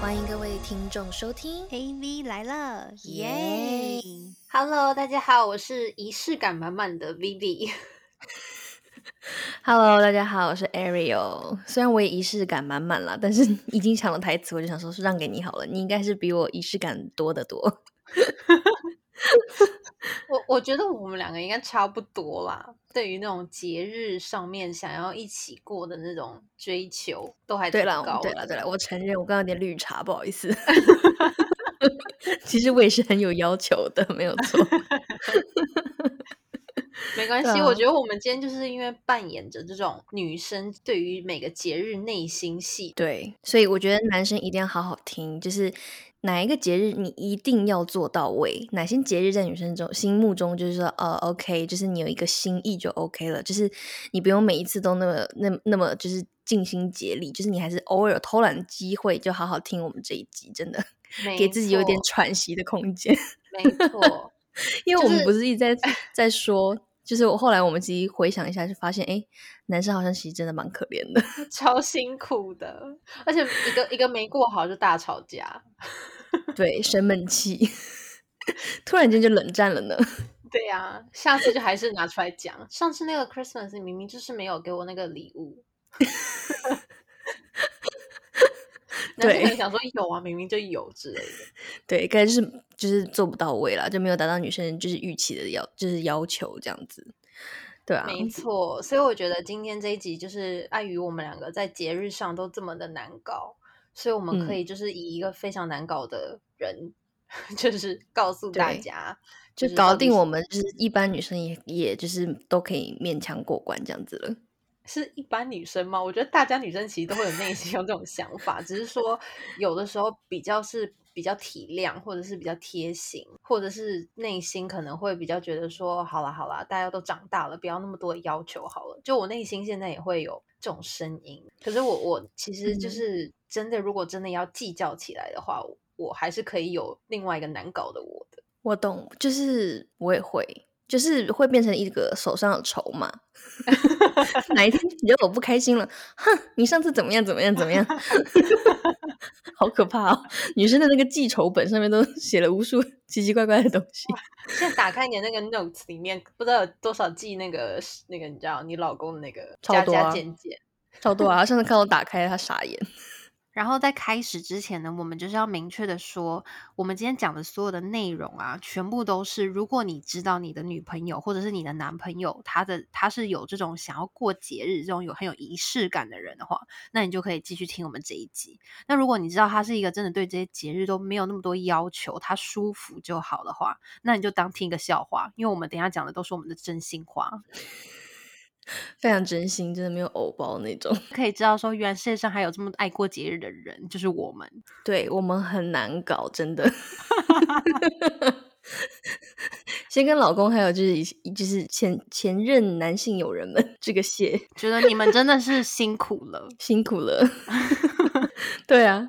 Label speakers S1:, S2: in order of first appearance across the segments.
S1: 欢迎各位听众收听。
S2: AV 来了，
S1: 耶
S2: 耶！
S3: Hello，大家好，我是仪式感满满的 Vivi。
S1: Hello，大家好，我是 Ariel。虽然我也仪式感满满了，但是已经抢了台词，我就想说是让给你好了。你应该是比我仪式感多得多。
S3: 我我觉得我们两个应该差不多啦，对于那种节日上面想要一起过的那种追求，都 还
S1: 对
S3: 挺
S1: 了
S3: 高，
S1: 对了，
S3: 的
S1: 对了，我承认我刚刚有点绿茶，不好意思。 其实我也是很有要求的，没有错。
S3: 没关
S1: 对
S3: 系，
S1: 啊
S3: 我觉得我们今天就是因为扮演着这种女生对于每个节日内心戏，
S1: 对，所以我觉得男生一定要好好听，就是哪一个节日你一定要做到位，哪些节日在女生中心目中就是说，呃，OK，就是你有一个心意就 OK 了，就是你不用每一次都那么那那么就是尽心竭力，就是你还是偶尔偷懒机会就好好听我们这一集，真的给
S3: 没
S1: 自己有一点
S3: 错
S1: 喘息的空间，
S3: 没错，
S1: 因为
S3: 就
S1: 我们
S3: 是
S1: 不是一直 在在说。就是我后来我们自己回想一下，就发现，哎，男生好像其实真的蛮可怜的。
S3: 超辛苦的，而且一个一个没过好就大吵架。
S1: 对，生闷气， 突然间就冷战了呢。
S3: 对呀、下次就还是拿出来讲。上次那个 Christmas，你明明就是没有给我那个礼物。男生可
S1: 对
S3: 能想说有啊，明明就有之类的。
S1: 对，该就是就是做不到位啦，就没有达到女生就是预期的要就是要求这样子，对啊，
S3: 没错，所以我觉得今天这一集就是碍于我们两个在节日上都这么的难搞，所以我们可
S1: 嗯
S3: 以就是以一个非常难搞的人， 就是告诉大
S1: 对
S3: 家，
S1: 就是搞
S3: 到底
S1: 定
S3: 是
S1: 我们就是一般女生也也就是都可以勉强过关这样子了。
S3: 是一般女生吗？我觉得大家女生其实都会有内心有这种想法，只是说有的时候比较是比较体谅，或者是比较贴心，或者是内心可能会比较觉得说，好啦好啦，大家都长大了，不要那么多的要求好了。就我内心现在也会有这种声音，可是我我其实就
S1: 嗯
S3: 是真的，如果真的要计较起来的话，我我还是可以有另外一个难搞的我的。
S1: 我懂，就是我也会，就是会变成一个手上的筹码。哪一天惹我不开心了，哼，你上次怎么样怎么样怎么样， 好可怕哦！女生的那个记仇本上面都写了无数奇奇怪怪的东西。
S3: 现在打开你的那个 notes 里面，不知道有多少记那个那个，你知道你老公的那个
S1: 超
S3: 加
S1: 多
S3: 加
S1: 啊
S3: 减减。
S1: 超多啊！他上次看我打开，他傻眼。
S2: 然后在开始之前呢，我们就是要明确的说，我们今天讲的所有的内容啊，全部都是如果你知道你的女朋友或者是你的男朋友，他的他是有这种想要过节日这种有很有仪式感的人的话，那你就可以继续听我们这一集。那如果你知道他是一个真的对这些节日都没有那么多要求，他舒服就好的话，那你就当听一个笑话，因为我们等一下讲的都是我们的真心话。
S1: 非常真心，真的没有偶包那种。
S2: 可以知道说，原来世界上还有这么爱过节日的人，就是我们。
S1: 对我们很难搞，真的。 先跟老公，还有就是以就是前前任男性友人们，这个谢
S2: 觉得你们真的是辛苦了。
S1: 辛苦了。 对啊，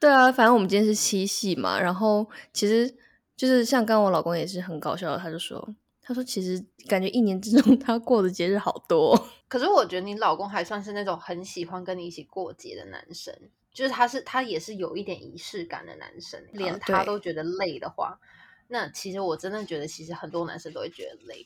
S1: 对啊，反正我们今天是七夕嘛，然后其实就是像刚刚我老公也是很搞笑的，他就说，他说其实感觉一年之中 他过的节日好多哦、
S3: 可是我觉得你老公还算是那种很喜欢跟你一起过节的男生，就是他是他也是有一点仪式感的男生，连他
S1: 呃对
S3: 都觉得累的话，那其实我真的觉得，其实很多男生都会觉得累，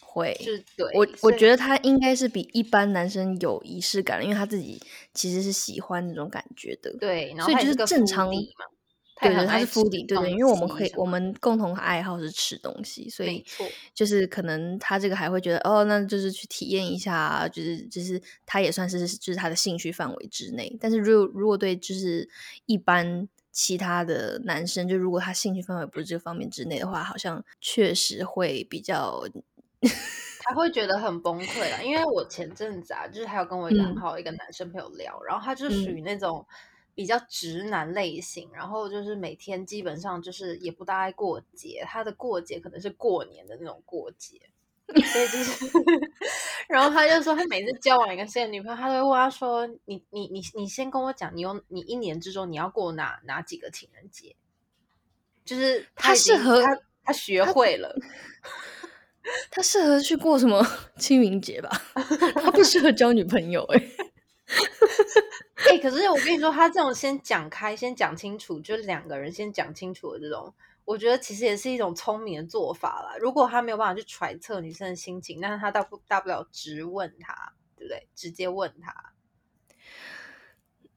S1: 会
S3: 就是对
S1: 我我觉得
S3: 得
S1: 他应该是比一般男生有仪式感的，因为他自己其实是喜欢那种感觉的。
S3: 对，然
S1: 所
S3: 后
S1: 以
S3: 他也
S1: 就是
S3: 是个
S1: 正
S3: foodie
S1: 常
S3: 嘛，
S1: 对
S3: 也
S1: 对，
S3: 很
S1: 他
S3: 爱
S1: 是
S3: 吃
S1: foodie，对对，
S3: 东
S1: 因为我们
S3: 西
S1: 可以
S3: 什
S1: 我
S3: 么
S1: 们共同爱好是吃东西，所
S3: 没
S1: 以
S3: 错
S1: 就是可能他这个还会觉得哦，那就是去体验一下啊，就是就是他也算是就是他的兴趣范围之内。但是如果如果对就是一般其他的男生，就如果他兴趣范围不是这个方面之内的话，好像确实会比较
S3: 他会觉得很崩溃了。因为我前阵子啊，就是还有跟我一个很
S1: 嗯
S3: 好的一个男生朋友聊，然后他就是属
S1: 嗯
S3: 于那种比较直男类型，然后就是每天基本上就是也不大爱过节，他的过节可能是过年的那种过节。所以就是， 然后他就说，他每次交往一个新的女朋友，他都会问他说：“你你你你先跟我讲，你有你一年之中你要过哪哪几个情人节？”就是
S1: 他
S3: 已
S1: 适
S3: 经
S1: 合
S3: 他他学会了，
S1: 他适合去过什 欸么清明节吧？他不适合交女朋友哎、
S3: 哎、可是我跟你说，他这种先讲开，先讲清楚，就两个人先讲清楚的这种，我觉得其实也是一种聪明的做法啦。如果他没有办法去揣测女生的心情，那他大不大不了直问他，对不对？直接问他。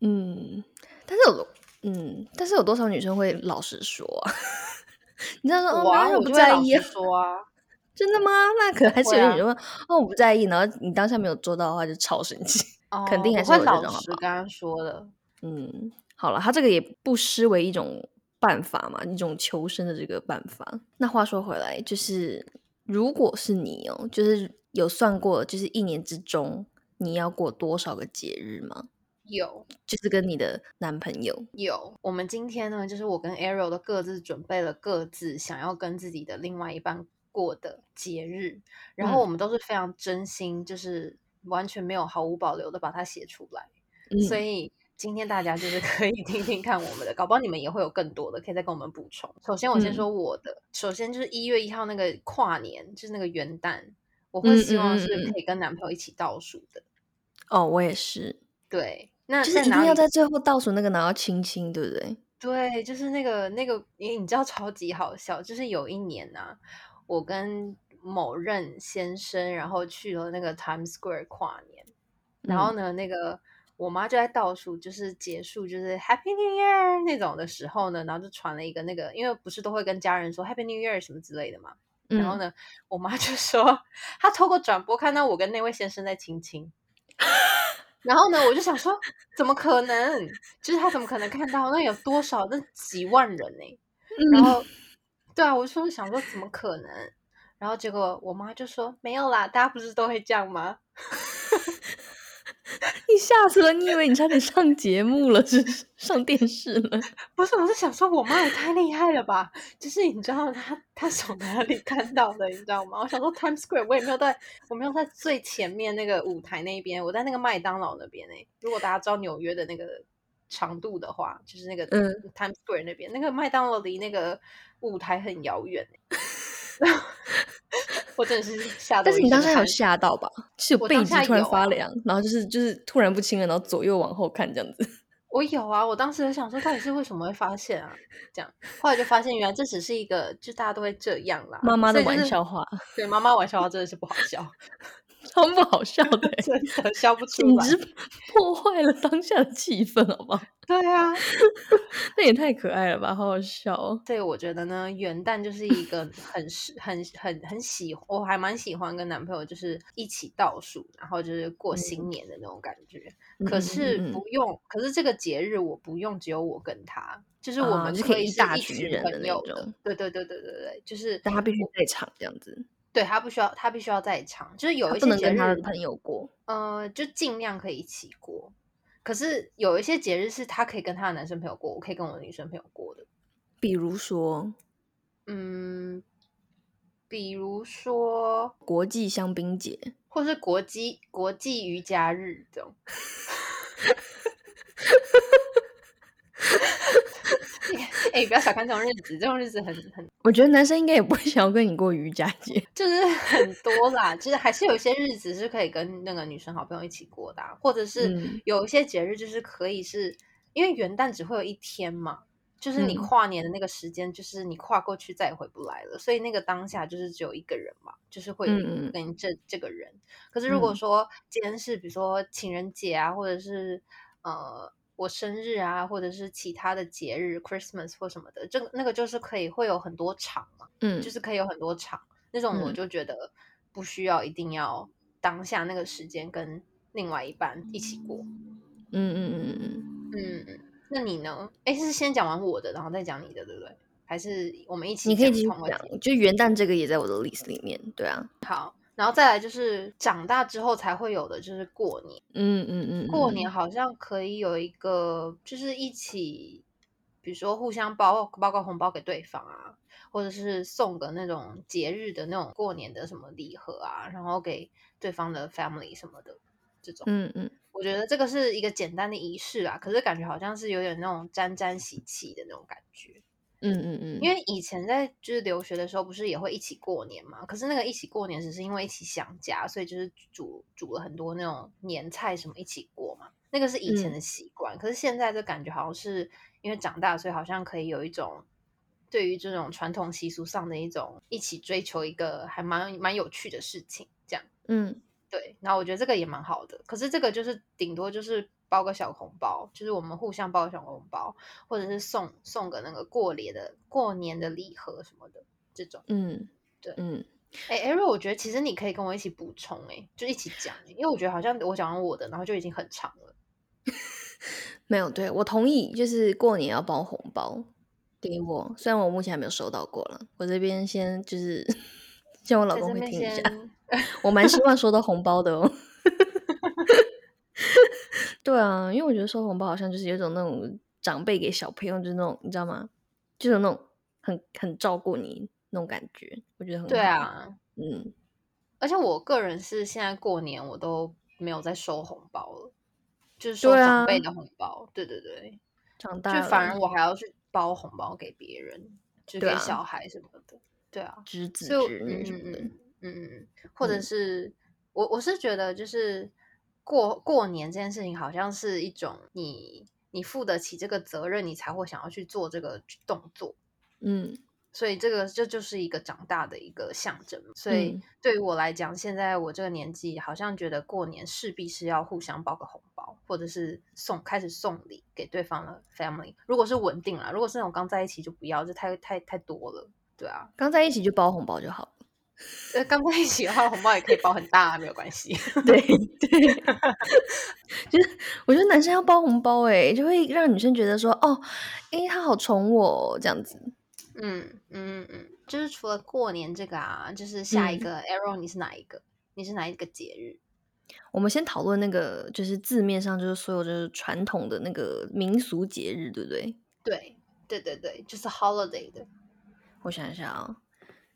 S1: 嗯，但是有嗯，但是有多少女生会老实说啊？ 你这样说，哦
S3: 我
S1: 没
S3: 啊，
S1: 关系
S3: 我
S1: 不
S3: 就会
S1: 在
S3: 老
S1: 意啊
S3: 实，说啊，
S1: 真的吗？那可能还是有
S3: 会
S1: 些
S3: 啊
S1: 女生会哦，我不在意，然后你当下没有做到的话，就超生气。
S3: 哦
S1: 肯定还
S3: 我
S1: 是
S3: 会
S1: 有这
S3: 老
S1: 种好
S3: 实
S1: 不好
S3: 跟他说的。
S1: 嗯，好了，他这个也不失为一种办法嘛，一种求生的这个办法。那话说回来，就是如果是你哦，就是有算过，就是一年之中你要过多少个节日吗？
S3: 有，
S1: 就是跟你的男朋友，
S3: 有，我们今天呢，就是我跟 Ariel 都各自准备了各自想要跟自己的另外一半过的节日，
S1: 嗯
S3: 然后我们都是非常真心，就是完全没有毫无保留的把它写出来，所
S1: 嗯
S3: 以今天大家就是可以听听看我们的，搞不好你们也会有更多的，可以再跟我们补充。首先我先
S1: 嗯
S3: 说我的，首先就是一月一号那个跨年，就是那个元旦，我
S1: 嗯
S3: 会
S1: 嗯
S3: 希望
S1: 嗯
S3: 是
S1: 嗯
S3: 可以跟男朋友一起倒数的，
S1: 哦，我也是，
S3: 对。那
S1: 就是
S3: 在
S1: 一定
S3: 哪里
S1: 要在最后倒数那个拿到亲亲，对不 对？
S3: 对，就是那个那个，你你知道超级好笑，就是有一年呐、我跟某任先生，然后去了那个 Times Square 跨年，然后
S1: 嗯
S3: 呢，那个我妈就在倒数，就是结束，就是 Happy New Year 那种的时候呢，然后就传了一个那个，因为不是都会跟家人说 Happy New Year 什么之类的嘛，然后
S1: 嗯，
S3: 呢，我妈就说她透过转播看到我跟那位先生在 亲亲。然后呢，我就想说，怎么可能？就是他怎么可能看到？那有多少？那几万人呢、
S1: 嗯
S3: 然后，对啊，我就想说，怎么可能？然后结果我妈就说没有啦，大家不是都会这样吗？
S1: 你吓死了，你以为你差点上节目了，是不 是上电视了？
S3: 不是，我是想说，我妈也太厉害了吧！就是你知道她她从哪里看到的，你知道吗？我想说 Times Square，我也没有在，我没有在最前面那个舞台那一边，我在那个麦当劳那边诶。如果大家知道纽约的那个长度的话，就是那个
S1: 嗯
S3: Times Square 那边，那个麦当劳离那个舞台很遥远欸。 我真的是吓到
S1: 但
S3: 我
S1: 是
S3: 一
S1: 你当
S3: 身
S1: 时还有
S3: 汗。
S1: 吓到吧？是有
S3: 我
S1: 背
S3: 当
S1: 脊
S3: 下
S1: 突然
S3: 有
S1: 发
S3: 啊
S1: 凉，然后就是就是突然不清了，然后左右往后看这样子。
S3: 我有啊，我当时就想说，到底是为什么会发现啊？这样，后来就发现原来这只是一个，就大家都会这样啦。
S1: 妈妈
S3: 所
S1: 的
S3: 以就
S1: 玩
S3: 是
S1: 笑话，
S3: 对妈妈玩笑话真的是不好 笑，
S1: 超不好笑 的欸、
S3: 真的笑不出
S1: 简
S3: 来。
S1: 直破坏了当下的气氛，好不好？
S3: 对啊，
S1: 那也太可爱了吧，好好笑哦。
S3: 对，我觉得呢，元旦就是一个很适很很很喜，我还蛮喜欢跟男朋友就是一起倒数，然后就是过新年的那种感觉。
S1: 嗯
S3: 可
S1: 嗯
S3: 是
S1: 嗯嗯
S3: 不用，可是这个节日我不用只有我跟他，就是
S1: 嗯，
S3: 我
S1: 啊，
S3: 们
S1: 就是可
S3: 可
S1: 以
S3: 以
S1: 一
S3: 是
S1: 大
S3: 一
S1: 群
S3: 群
S1: 人
S3: 朋
S1: 的那
S3: 友的
S1: 种，。
S3: 对对对对对对，就是
S1: 但他必须
S3: 我
S1: 在场这样子，
S3: 对他不需要，他必须要在场，就是
S1: 他
S3: 有
S1: 不
S3: 一些
S1: 能
S3: 节
S1: 跟他的
S3: 日
S1: 朋友过。
S3: 呃，就尽量可以一起过。可是有一些节日是他可以跟他的男生朋友过，我可以跟我的女生朋友过的。
S1: 比如说
S3: 嗯，比如说，
S1: 国际香槟节，
S3: 或是国际国际瑜伽日这种， 哎、不要小看这种日子，这种日子很很
S1: 我觉得男生应该也不会想要跟你过瑜伽节。
S3: 就是很多啦， 就是还是有一些日子是可以跟那个女生好朋友一起过的啊、或者是
S1: 嗯
S3: 有一些节日就是可以是因为元旦只会有一天嘛，就是你
S1: 嗯
S3: 跨年的那个时间，就是你跨过去再也回不来了，所以那个当下就是只有一个人嘛，就是会有
S1: 嗯嗯
S3: 跟这这个人。可是如果
S1: 嗯
S3: 说今天是比如说情人节啊，或者是呃。我生日啊，或者是其他的节日，Christmas 或什么的，这个那个就是可以会有很多场嘛，就
S1: 嗯
S3: 是可以有很多场，那种我
S1: 嗯
S3: 就觉得不需要一定要当下那个时间跟另外一半一起过。
S1: 嗯嗯嗯嗯，
S3: 嗯，那你呢？哎，是先讲完我的，然后再讲你的，对不对？还是我们一起
S1: 你可以
S3: 讲
S1: 继续
S3: 同个节？
S1: 讲，就元旦这个也在我的 list 里面。对啊，
S3: 然后再来就是长大之后才会有的，就是过年。
S1: 嗯嗯嗯
S3: 过
S1: 嗯
S3: 年好像可以有一个，就是一起，比如说互相包包个红包给对方啊，或者是送个那种节日的那种过年的什么礼盒啊，然后给对方的 family 什么的这种。
S1: 嗯嗯
S3: 我觉得这个是一个简单的仪式啊，可是感觉好像是有点那种沾沾喜气的那种感觉。
S1: 嗯嗯嗯
S3: 因
S1: 嗯，
S3: 为以前在就是留学的时候，不是也会一起过年嘛？可是那个一起过年只是因为一起想家，所以就是煮煮了很多那种年菜什么一起过嘛。那个是以
S1: 嗯
S3: 前的习惯，惯。可是现在就感觉好像是因为长大，所以好像可以有一种对于这种传统习俗上的一种一起追求一个还蛮蛮有趣的事情，这样
S1: 嗯，
S3: 对。然后我觉得这个也蛮好的，可是这个就是顶多就是包个小红包，就是我们互相包个小红包，或者是送送个那个过年的过年的礼盒什么的这种。
S1: 嗯，
S3: 对
S1: 嗯，
S3: 哎、艾 a r o 我觉得其实你可以跟我一起补充、欸，哎，就一起讲、欸，因为我觉得好像我讲完我的，然后就已经很长了。
S1: 没有，对我同意，就是过年要包红包给我，虽然我目前还没有收到过了，我这边先就是 希望我老
S3: 在
S1: 公会
S3: 这边
S1: 听一下，
S3: 先，
S1: 我蛮希望收到红包的哦。 对啊，因为我觉得收红包好像就是有一种那种长辈给小朋友，就是那种你知道吗？就是那种很很照顾你那种感觉，我觉得很
S3: 对
S1: 好，
S3: 啊，
S1: 嗯，
S3: 而且我个人是现在过年我都没有在收红包了，就是收
S1: 对啊
S3: 长辈的红包，对对对，
S1: 长大
S3: 就反而
S1: 了
S3: 我还要去包红包给别人，就
S1: 对
S3: 给
S1: 啊
S3: 小孩什么的，对啊，
S1: 侄子
S3: 所以我
S1: 侄
S3: 嗯
S1: 女什么
S3: 嗯
S1: 的，
S3: 嗯嗯嗯，或者
S1: 嗯
S3: 是、我我是觉得就是过过年这件事情，好像是一种你你负得起这个责任，你才会想要去做这个动作。
S1: 嗯
S3: 所以这个这就是一个长大的一个象征嘛。所以
S1: 嗯
S3: 对于我来讲，现在我这个年纪，好像觉得过年势必是要互相包个红包，或者是送开始送礼给对方的 family。如果是稳定啦，如果是那种刚在一起就不要，这太太太多了。对啊，
S1: 刚在一起就包红包就好了。
S3: 呃，刚在一起的话，红包也可以包很大、啊，没有关系。
S1: 对对， 就是我觉得男生要包红包哎、就会让女生觉得说哦，哎、他好宠我、哦、这样子。
S3: 嗯嗯嗯，就是除了过年这个啊，就是下一
S1: 嗯
S3: 个 arrow，你是哪一个？你是哪一个节日？
S1: 我们先讨论那个，就是字面上就是所有就是传统的那个民俗节日，对不对？
S3: 对对对对，就是 holiday 的，
S1: 我想一下啊、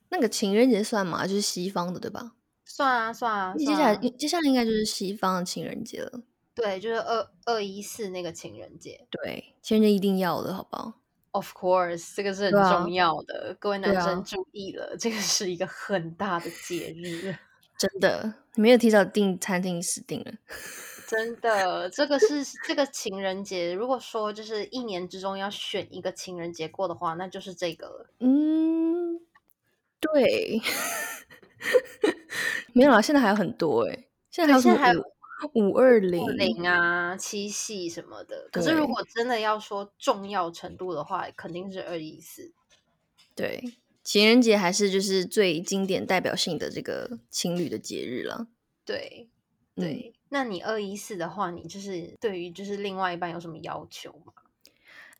S1: 那个情人节算吗？就是西方的对吧？
S3: 算啊算啊。
S1: 那接
S3: 算
S1: 下来
S3: 啊
S1: 接下来应该就是西方的情人节了。
S3: 对，就是二二一四那个情人节
S1: 对，情人节一定要的好不好？
S3: ，of course，这个是很
S1: 对啊
S3: 重要的，各位
S1: 对
S3: 男生
S1: 啊
S3: 注意了，这个是一个很大的节 日，
S1: 真的，没有提早订餐厅死定了。
S3: 真的，这个是这个情人节，如果说就是一年之中要选一个情人节过的话，那就是这个了。
S1: 嗯，对， 没有啦，现在还有很多哎、现在还有
S3: 对，
S1: 什
S3: 现在还
S1: 么
S3: 有
S1: 五五二零
S3: 过？零啊、七夕什么的，可是
S1: 对
S3: 如果真的要说重要程度的话，肯定是二一四。
S1: 对，情人节还是就是最经典代表性的这个情侣的节日了。
S3: 对
S1: 嗯
S3: 对，那你二一四的话，你就是对于就是另外一半有什么要求吗？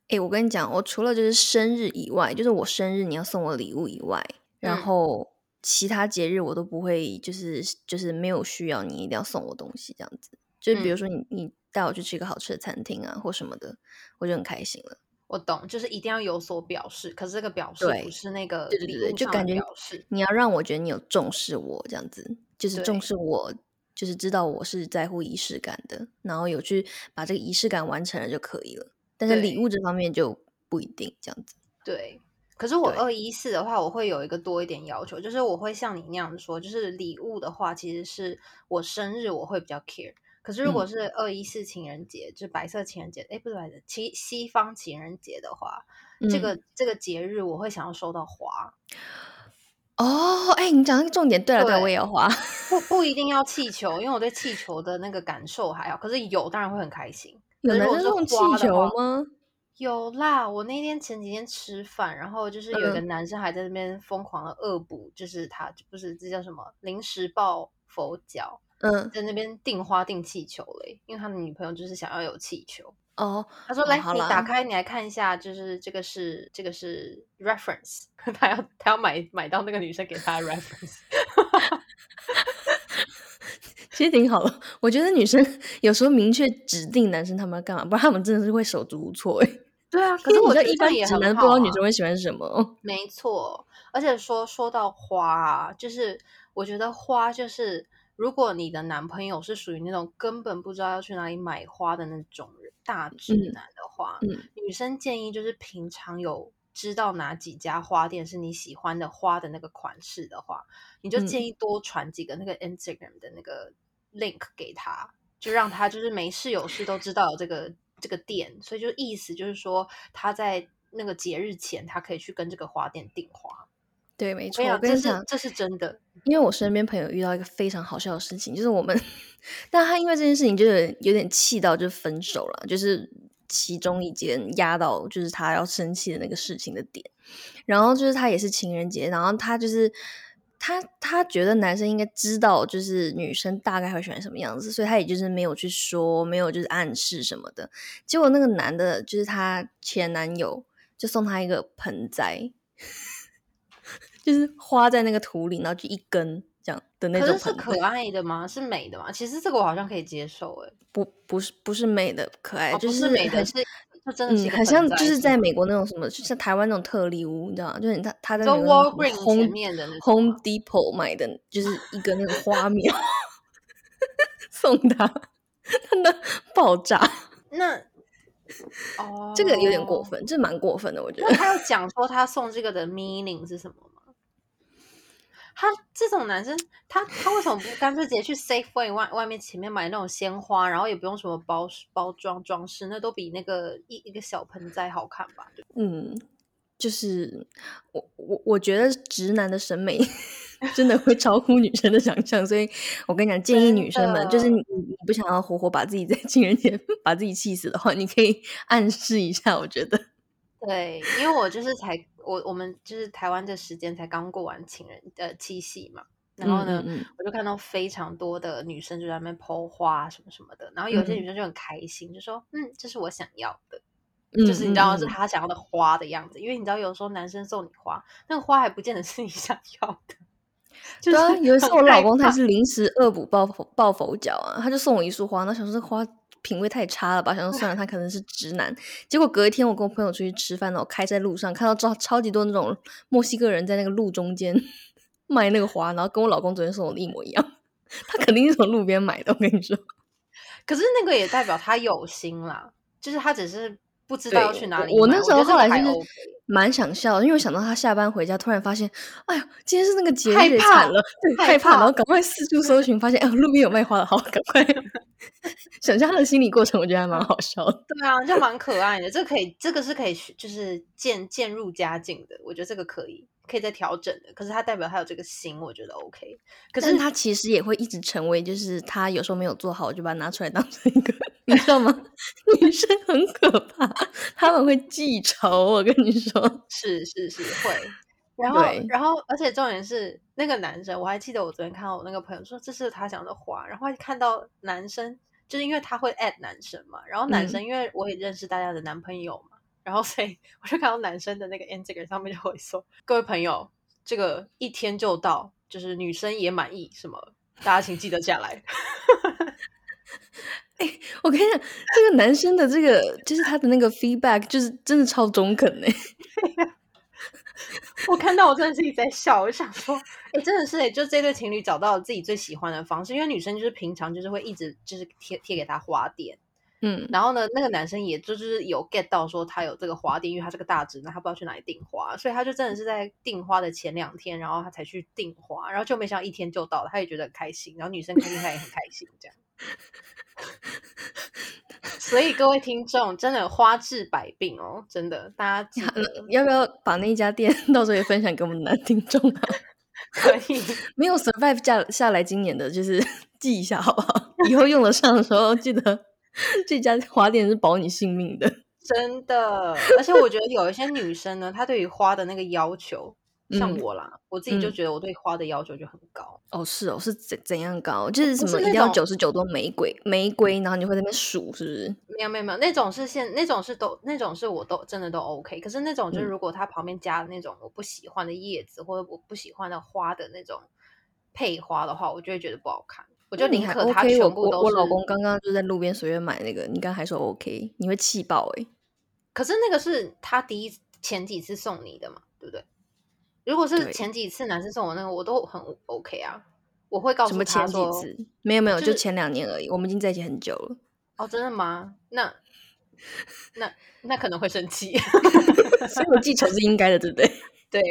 S1: 诶，我跟你讲，我除了就是生日以外，就是我生日你要送我礼物以外，然
S3: 嗯
S1: 后其他节日我都不会，就是就是没有需要你一定要送我东西这样子。就是比如
S3: 嗯
S1: 说你你带我去吃一个好吃的餐厅啊或什么的，我就很开心了。
S3: 我懂，就是一定要有所表示，可是这个表示不
S1: 对
S3: 是那个
S1: 对对
S3: 礼
S1: 对，
S3: 物
S1: 就
S3: 上
S1: 感
S3: 的
S1: 觉
S3: 表示。
S1: 你要让我觉得你有重视我这样子，就是重
S3: 对
S1: 视我，就是知道我是在乎仪式感的，然后有去把这个仪式感完成了就可以了。但是礼
S3: 对
S1: 物这方面就不一定这样子。
S3: 对，可是我
S1: 对
S3: 二一四的话，我会有一个多一点要求，就是我会像你那样说，就是礼物的话，其实是我生日我会比较 care。可是如果
S1: 嗯
S3: 是二一四情人节，就是白色情人节，哎，不是白色，西西方情人节的话，这
S1: 嗯，
S3: 个这个节日我会想要收到花，
S1: 哦，哎、你讲那个重点，对了，对了，我
S3: 对，
S1: 也要花。
S3: 不不一定要气球，因为我对气球的那个感受还好，可是有当然会很开心。可
S1: 有
S3: 是
S1: 男
S3: 如果
S1: 生
S3: 是
S1: 送气
S3: 花的
S1: 球
S3: 话，
S1: 吗？
S3: 有啦，我那天前几天吃饭，然后就是有一个
S1: 嗯，
S3: 男生还在那边疯狂的恶补，就是他不是这叫什么临时抱佛脚，
S1: 嗯，
S3: 在那边订花订气球嘞，因为他的女朋友就是想要有气球。
S1: 哦，
S3: 他说：
S1: 哦，
S3: “来，
S1: 好
S3: 你
S1: 啦，
S3: 打开，你来看一下，就是这个是这个是 reference，他 要他要买买到那个女生给他的 reference。”
S1: 其实挺好的。我觉得女生 有时候明确指定男生他们要干嘛，不然他们真的是会手足无措、欸。
S3: 对 啊，可
S1: 因为
S3: 是
S1: 你
S3: 我
S1: 知道
S3: 觉得
S1: 一般
S3: 这样也
S1: 直
S3: 很
S1: 男不知
S3: 好
S1: 道女
S3: 啊。
S1: 生会喜欢什么哦。
S3: 没错，而且说说到花啊，就是我觉得花就是，如果你的男朋友是属于那种根本不知道要去哪里买花的那种人，大直
S1: 嗯
S3: 男的话，
S1: 嗯
S3: 女生建议就是平常有知道哪几家花店是你喜欢的花的那个款式的话，你就建
S1: 嗯，
S3: 议多传几个那个 Instagram 的那个 link 给他，就让他就是没事有事都知道有这个这个店，所以就意思就是说他在那个节日前，他可以去跟这个花店订花。
S1: 对，没错，
S3: 我
S1: 我
S3: 跟
S1: 跟
S3: 你
S1: 你
S3: 讲
S1: 讲，
S3: 这是这是真的。
S1: 因为我身边朋友遇到一个非常好笑的事情，就是我们，但他因为这件事情就有点有点气到就分手了，就是其中一件压到就是他要生气的那个事情的点，然后就是他也是情人节，然后他就是。他他觉得男生应该知道，就是女生大概会喜欢什么样子，所以他也就是没有去说，没有就是暗示什么的。结果那个男的，就是他前男友，就送他一个盆栽， 就是花在那个土里，然后就一根这样的那
S3: 可
S1: 种
S3: 是是
S1: 盆栽，
S3: 可爱的吗？是美的吗？其实这个我好像可以接受、欸，
S1: 不不是不是美的可爱，
S3: 哎、
S1: 就
S3: 不是美的，
S1: 很
S3: 是就真的是一
S1: 嗯，
S3: 个
S1: 很像
S3: 盆栽
S1: 就是
S3: 吗
S1: 在美国那种什么，就像台湾那种特例屋，你知道吗？就是你他他在
S3: 就
S1: 美国那种
S3: Walgreen 前
S1: Home
S3: 面的那种
S1: Home
S3: 吗
S1: Depot 买的，就是一根那个花苗 送他， 真的爆炸，
S3: 那哦，
S1: 这个有点过。分，这蛮过分的，我觉
S3: 那
S1: 得。
S3: 他有讲说他送这个的 meaning 是什么吗？他这种男生，他他为什么不干脆直接去 Safeway 外外面前面买那种鲜花，然后也不用什么包包装装饰，那都比那个一一个小盆栽好看吧？对
S1: 嗯，就是我我我觉得直男的审美 真的会超乎女生的想象，所以我跟你讲，建议
S3: 真
S1: 女生们，就是
S3: 的
S1: 你你不想要活活把自己在情人节 把自己气死的话，你可以暗示一下，我觉得
S3: 对，因为我就是才我我们就是台湾的时间才刚过完情人呃七夕嘛，然后呢，
S1: 嗯嗯嗯
S3: 我就看到非常多的女生就在那边剖花什么什么的，然后有些
S1: 嗯
S3: 女生就很开心，就说嗯，这是我想要的。
S1: 嗯
S3: 就是你知道
S1: 嗯
S3: 是
S1: 嗯
S3: 他想要的花的样子，因为你知道有时候男生送你花，那个花还不见得是你想要的。就
S1: 对
S3: 是
S1: 啊，有一次
S3: 很
S1: 我老
S3: 害
S1: 公他
S3: 怕
S1: 是临时恶补抱佛抱佛脚啊，他就送我一束花，那想说这花品味太差了吧，想说算了， 他可能是直男。结果隔一天我跟我朋友出去吃饭，然后开在路上看到超超级多那种墨西哥人在那个路中间 卖那个花，然后跟我老公昨天送我的一模一样， 他肯定是从路边买的，我跟你说。
S3: 可是那个也代表他有心啦，就是他只是不知道
S1: 对
S3: 要去哪里
S1: 我。我
S3: 买
S1: 那时
S3: 觉
S1: 候
S3: 得这
S1: 后
S3: 个
S1: 来
S3: 还
S1: 就是
S3: OK
S1: 蛮想笑的，因为我想到他下班回家，突然发现，哎呦，今天是那个节
S3: 害
S1: 日，
S3: 怕
S1: 惨了，对，
S3: 害
S1: 害怕，然
S3: 怕
S1: 后赶快四处搜寻，发现，哎呦，路边有卖花的，好，赶快。 想象他的心理过程，我觉得还蛮好笑的。
S3: 对啊，这蛮可爱的，这可以，这个是可以去，就是渐渐入佳境的，我觉得这个可以，可以再调整的。可是他代表他有这个心，我觉得 OK。可
S1: 但
S3: 是
S1: 他其实也会一直成为，就是他有时候没有做好，我就把它拿出来当成一个，你知道吗？ 女生很可怕，他们会记仇，我跟你说。
S3: 是是是会。然后
S1: 对，
S3: 然后，而且重点是那个男生，我还记得我昨天看到我那个朋友说这是他想的花，然后还看到男生，就是因为他会 at 男生嘛，然后男生、因为我也认识大家的男朋友嘛，然后所以我就看到男生的那个 Instagram 上面就会说，各位朋友，这个一天就到，就是女生也满意什么，大家请记得下来。
S1: 我跟你讲，这个男生的这个就是他的那个 feedback，就是真的欸超中肯呢、
S3: 我看到我真的自己在笑，我想说， 哎、真的是、欸，就这对情侣找到了自己最喜欢的方式，因为女生就是平常就是会一直就是贴贴给他花店，
S1: 嗯，
S3: 然后呢，那个男生也就是有 get 到说他有这个花店，因为他是个大直男，他不知道去哪里订花，所以他就真的是在订花的前两天，然后他才去订花，然后就没想到一天就到了，他也觉得很开心，然后女生看见他也很开心，这样。所以各位听众，真的花治百病哦，真的，大家记 得
S1: 要不要把那一家店 到时候也分享给我们男听众啊？
S3: 可以。
S1: 没有 survive 下下来今年的，就是 记一下好不好？以后用得上的时候，记得这家花店是保你性命的。
S3: 真的，而且我觉得有一些女生呢，她对于花的那个要求，像
S1: 嗯
S3: 我啦，我自己就
S1: 嗯
S3: 觉得我对花的要求就很高。
S1: 哦，是哦，是怎怎样搞？哦就是什
S3: 不是
S1: 么一
S3: 那
S1: 定要
S3: 种
S1: 九十九朵玫瑰，玫瑰，然后你会在那边数，是不是？
S3: 没有没有没有，那种是现那种是都那种是我都真的都 OK，可是那种就是
S1: 嗯
S3: 如果它旁边加了那种我不喜欢的叶子或者我不喜欢的花的那种配花的话，我就会觉得不好看。我就
S1: 那你
S3: 宁
S1: 还
S3: 可
S1: OK？
S3: 它
S1: 我
S3: 全部
S1: 我
S3: 都
S1: 我
S3: 是，
S1: 老公刚刚就在路边随便买那个，你刚还说 OK，你会气爆欸诶、
S3: 可是那个是他第一前几次送你的嘛，对不对？如果是
S1: 对
S3: 前几次男生送我那个，我都很 OK 啊，我会告
S1: 什
S3: 诉
S1: 么
S3: 他
S1: 前几
S3: 说，
S1: 次？没有没有，
S3: 就
S1: 就是前两年而已。我们已经在一起很久了。
S3: 哦，真的吗？那那那可能会生气。
S1: 所以我记仇是应该的，对不对？
S3: 对，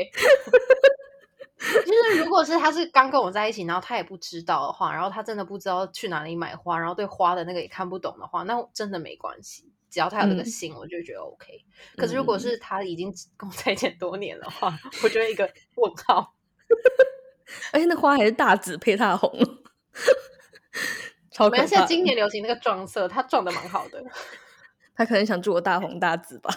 S3: 就是如果是他是刚跟我在一起，然后他也不知道的话，然后他真的不知道去哪里买花，然后对花的那个也看不懂的话，那真的没关系，只要他有这个
S1: 嗯
S3: 心，我就觉得 OK。可是如果是他已经跟我在一起很多年的话，我觉得一个问号。
S1: 而且那花还是大紫配大红， 超
S3: 我
S1: 可
S3: 们现在
S1: 怕。
S3: 今年流行那个撞色，他撞的蛮好的。
S1: 他可能想祝我大红大紫吧。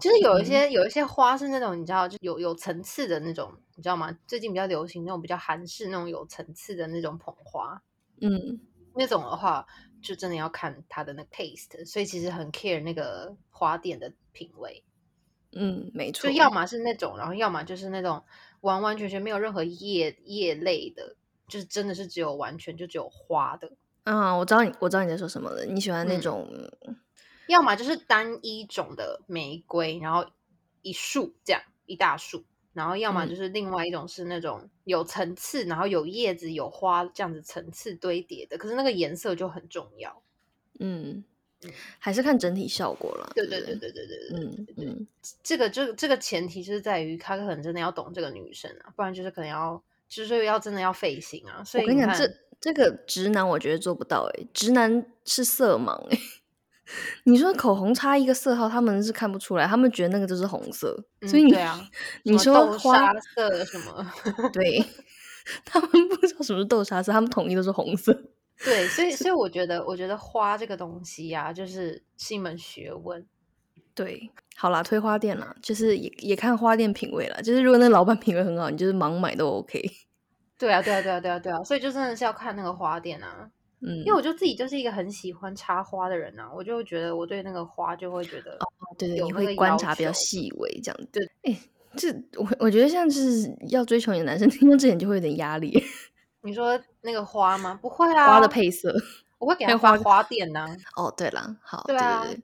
S3: 其实有一些有一些花是那种你知道，就有有层次的那种，你知道吗？最近比较流行那种比较韩式那种有层次的那种捧花，
S1: 嗯，
S3: 那种的话就真的要看它的那个 taste，所以其实很 care 那个花店的品味，
S1: 嗯，没错，
S3: 就要么是那种，然后要么就是那种完完全全没有任何叶叶类的，就是真的是只有完全就只有花的，
S1: 啊，我知道你，我知道你在说什么了。你喜欢那
S3: 嗯
S1: 种，
S3: 要么就是单一种的玫瑰，然后一束这样一大束，然后要么
S1: 嗯
S3: 就是另外一种是那种有层次，然后有叶子、有花这样子层次堆叠的，可是那个颜色就很重要。
S1: 嗯，还是看整体效果啦。
S3: 对
S1: 对
S3: 对
S1: 不
S3: 对对对对对，
S1: 嗯嗯，
S3: 这个这个这个前提就是在于他可能真的要懂这个女生啊，不然就是可能要就是要真的要费心啊。所以
S1: 我跟你讲，
S3: 看
S1: 这这个直男我觉得做不到诶、直男是色盲诶、 你说口红差一个色号，他们是看不出来，他们觉得那个就是红色， 所以
S3: 嗯
S1: 你、
S3: 对啊，
S1: 你
S3: 什么
S1: 说
S3: 豆
S1: 花
S3: 沙色什 么？
S1: 对，他们不知道什么是豆沙色，他们统一都是红色。
S3: 对，所以所以我觉得我觉得花这个东西呀、就是是一门学问。
S1: 对，好啦，推花店啦，就是也也看花店品味啦，就是如果那老板品味很好，你就是盲买都 OK。
S3: 对啊，对啊，对啊，对啊，对啊，所以就真的是要看那个花店啊，
S1: 嗯，
S3: 因为我就自己就是一个很喜欢插花的人啊，我就会觉得我对那个花就会觉得，
S1: 哦对对，
S3: 有
S1: 你
S3: 那
S1: 会
S3: 个
S1: 观
S3: 要
S1: 察比较
S3: 求
S1: 细微这样子。对，哎，这我我觉得像是要追求你的男生，听到这点就会有点压力。
S3: 你说那个花吗？不会啊，
S1: 花的配 色，
S3: 我会给
S1: 还
S3: 他
S1: 有
S3: 发
S1: 花
S3: 花店啊呐、
S1: 哦，对啦，好，
S3: 对
S1: 对
S3: 啊
S1: 对对，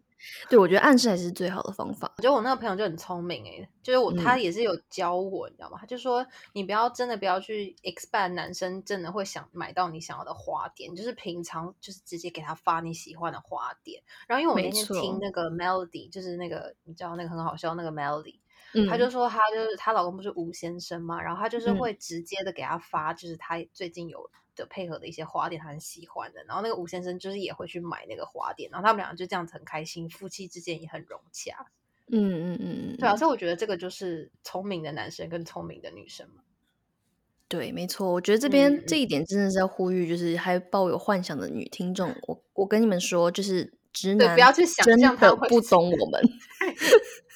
S1: 对我觉得暗示还是最好的方法。
S3: 我觉得我那个朋友就很聪明诶、就是我他
S1: 嗯
S3: 也是有教我，你知道吗？他就说你不要真的不要去 expect 男生真的会想买到你想要的花店，就是平常就是直接给他发你喜欢的花店。然后因为我
S1: 没
S3: 那天
S1: 错
S3: 听那个 Melody，就是那个你知道那个很好笑那个 Melody，
S1: 嗯，
S3: 她就说她就是她老公不是吴先生嘛，然后她就是
S1: 嗯
S3: 会直接的给他发，就是她最近有的配合的一些花店，她很喜欢的。然后那个吴先生就是也会去买那个花店，然后他们两个就这样子很开心，夫妻之间也很融洽。
S1: 嗯嗯嗯，
S3: 对啊，
S1: 嗯
S3: 所以我觉得这个就是聪明的男生跟聪明的女生嘛。
S1: 对，没错，我觉得这
S3: 嗯
S1: 边、
S3: 嗯
S1: 这一点真的是要呼吁，就是还抱有幻想的女听众，我我跟你们说，就是直嗯
S3: 对
S1: 男
S3: 不要去想
S1: 真
S3: 象他
S1: 的
S3: 会
S1: 不
S3: 是
S1: 懂我们，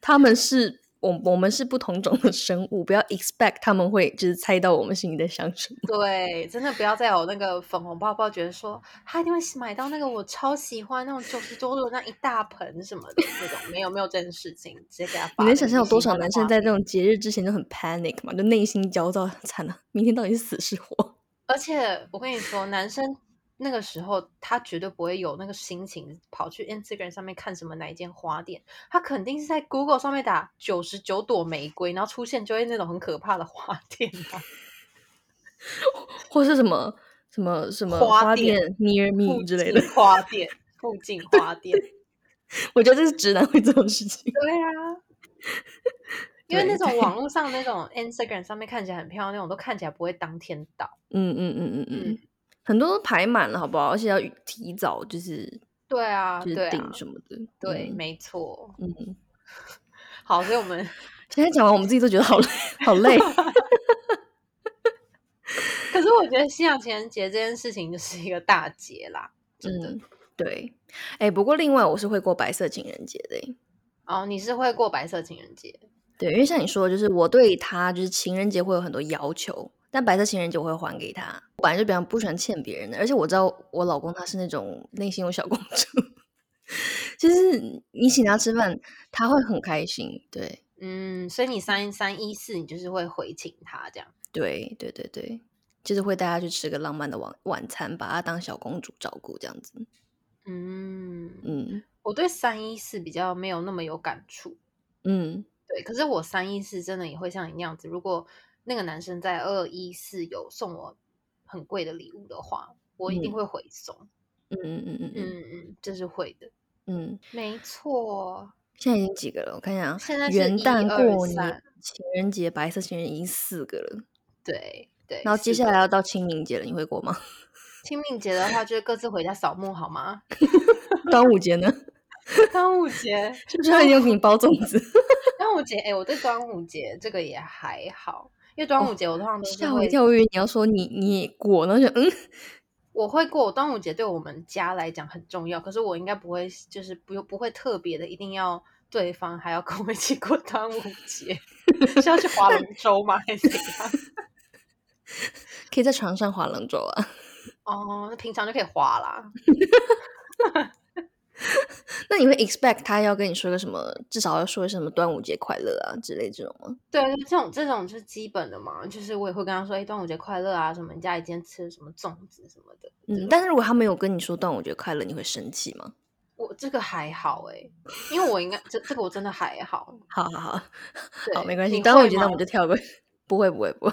S1: 他们是我我们是不同种的生物，不要 expect 他们会就是猜到我们心里在想什么。
S3: 对，真的不要再有那个粉红泡泡，觉得说他一定会买到那个我超喜欢那种九十多度的那一大盆什么的那种，没有没有这件事情，直接给他发
S1: 啊你
S3: 那个
S1: 能
S3: 你
S1: 想象有多
S3: 喜
S1: 少
S3: 欢的
S1: 男生
S3: 花
S1: 在
S3: 店
S1: 这种节日之前就很 panic 嘛，就内心焦躁，惨了，明天到底是死是活？
S3: 而且我跟你说，男生那个时候他绝对不会有那个心情跑去 Instagram 上面看什么哪一间花店，他肯定是在 Google 上面打九十九朵玫瑰，然后出现就会那种很可怕的花店啊、
S1: 或是什么什么 什么
S3: 花
S1: 花
S3: 店
S1: 店 near
S3: 附
S1: me 之类的
S3: 近？花店，附近花店，
S1: 我觉得这是直男会做的事 情。
S3: 对啊。 因为
S1: 对
S3: 那种
S1: 对
S3: 网络上那种 Instagram 上面看起来很漂亮那种，都看起来不会当天到。
S1: 嗯嗯嗯嗯
S3: 嗯
S1: 嗯，很多都排满了，好不好？而且要提早就是
S3: 对啊，
S1: 就是
S3: 对啊
S1: 订，什么的。
S3: 对，
S1: 嗯
S3: 没错。
S1: 嗯，
S3: 好，所以我们
S1: 现在讲完我们自己都觉得好累， 好累。
S3: 可是我觉得西洋情人节这件事情就是一个大节啦，真的。
S1: 嗯，对。哎、不过另外我是会过白色情人节的、欸。
S3: 哦，你是会过白色情人节？
S1: 对，因为像你说的，就是我对他就是情人节会有很多要求，但白色情人节我会还给他。我本来就比较不喜欢欠别人的，而且我知道我老公他是那种内心有小公主， 就是你请他吃饭，他会很开心。对，
S3: 嗯，所以你三三一四，你就是会回请他这样。
S1: 对，对，对，对，就是会带他去吃个浪漫的晚晚餐，把她当小公主照顾这样子。
S3: 嗯，
S1: 嗯
S3: 我对三一四比较没有那么有感触。
S1: 嗯
S3: 对，可是我三一四真的也会像你那样子，如果那个男生在二一四有送我很贵的礼物的话，我一定
S1: 嗯
S3: 会回送。
S1: 嗯嗯嗯嗯
S3: 嗯嗯，这是会的，
S1: 嗯。
S3: 没错。
S1: 现在已经几个了？我看一下啊，
S3: 现在是
S1: 元
S3: 一
S1: 旦、
S3: 二
S1: 过年
S3: 三、
S1: 情人节、白色情人节已经四个了，
S3: 对对。
S1: 然后接
S3: 是
S1: 下
S3: 的
S1: 来要到清明节了，你会过 吗？
S3: 清明节的话，就是各自回家扫墓好吗？
S1: 端午节呢？
S3: 端午节，
S1: 是不是他已经有给你包粽子？
S3: 端午节，哎、我对端午节这个也还好，因为端午节我通常都是
S1: 哦吓我
S3: 会
S1: 一跳，我以为你要说你你也过，然后就嗯，
S3: 我会过端午节，对我们家来讲很重要。可是我应该不会，就是不用不会特别的，一定要对方还要跟我一起过端午节，是要去划龙舟吗？还是 怎样？
S1: 可以在床上划龙舟啊。
S3: 哦，那平常就可以划啦。
S1: 那你会 expect 他要跟你说个什么，至少要说什么端午节快乐啊之类这种吗？
S3: 对，就这种这种是基本的嘛，就是我也会跟他说，哎，端午节快乐啊，什么你家里今天吃了什么粽子什么的。
S1: 嗯，但是如果他没有跟你说端午节快乐，你会生气吗？
S3: 我这个还好哎、因为我应该这这个我真的还好。
S1: 好好好，
S3: 对
S1: 好，没关系。
S3: 你
S1: 端午
S3: 会
S1: 节那我
S3: 吗
S1: 们就跳过。 不会不会不会，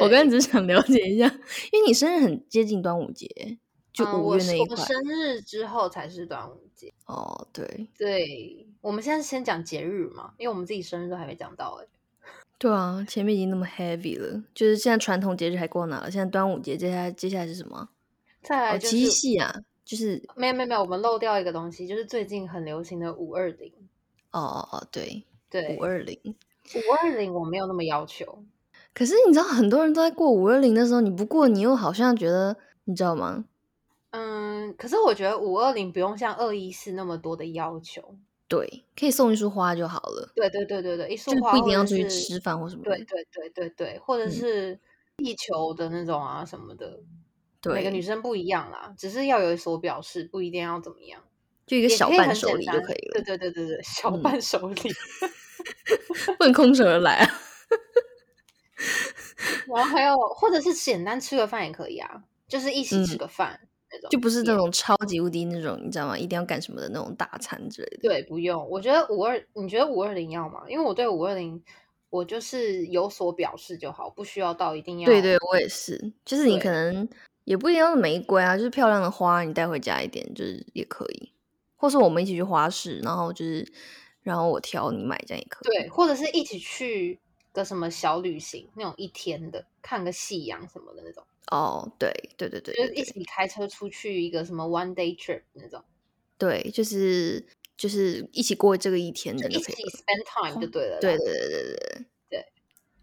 S1: 我刚
S3: 对
S1: 刚只是想了解一下，因为你生日很接近端午节，就
S3: 嗯
S1: 五
S3: 我
S1: 月
S3: 是
S1: 那一
S3: 我们
S1: 块。
S3: 生日之后才是端午节。
S1: 哦，对
S3: 对，我们现在先讲节日嘛，因为我们自己生日都还没讲到哎、
S1: 对啊，前面已经那么 heavy 了，就是现在传统节日还过哪了？现在端午节，接下来接下来是什么啊？
S3: 再
S1: 哦，
S3: 来就
S1: 七
S3: 是
S1: 夕啊，就是
S3: 没有没有没有，我们漏掉一个东西，就是最近很流行的五二零。
S1: 哦哦哦，对，
S3: 对，
S1: 五二零。
S3: 五二零我没有那么要求，
S1: 可是你知道，很多人都在过五二零的时候，你不过，你又好像觉得，你知道吗？
S3: 嗯，可是我觉得五二零不用像二一四那么多的要求。
S1: 对，可以送一束花就好了，
S3: 对对对对对，一束
S1: 就
S3: 花
S1: 不一定
S3: 或
S1: 要出
S3: 者
S1: 去
S3: 是
S1: 吃饭或什么的。
S3: 对对对对对，或者
S1: 嗯
S3: 是地球的那种啊什么的，
S1: 对，
S3: 每个女生不一样啦，只是要有所表示，不一定要怎么样。
S1: 就一个
S3: 也
S1: 小
S3: 可以
S1: 伴
S3: 很
S1: 手
S3: 简
S1: 礼
S3: 单
S1: 就可以
S3: 对
S1: 了，
S3: 对对对 对，小
S1: 嗯
S3: 伴手礼，
S1: 不能空手而来啊。
S3: 然后还有或者是简单吃个饭也可以啊，就是一起吃
S1: 嗯
S3: 个饭那种，
S1: 就不是那
S3: 也
S1: 种超级无敌那种，你知道吗？一定要干什么的那种大餐之类的。
S3: 对，不用。我觉得五二，你觉得五二零要吗？因为我对五二零，我就是有所表示就好，不需要到一定要。
S1: 对对，我也是，就是你
S3: 对
S1: 可能也不一定要是玫瑰啊，就是漂亮的花，你带回家一点就是也可以，或是我们一起去花市，然后就是然后我挑你买这样也可以。
S3: 对，或者是一起去个什么小旅行，那种一天的，看个夕阳什么的那种，
S1: 哦，对对对对
S3: 就
S1: 对
S3: 是一
S1: 对
S3: 起开车出去一个什么 one day trip 那种，
S1: 对，就是就是一起过这个一天
S3: 就
S1: 的
S3: 一
S1: 就可以
S3: 起
S1: 了。
S3: spend time 就对了啦。
S1: 对对对对对
S3: 对，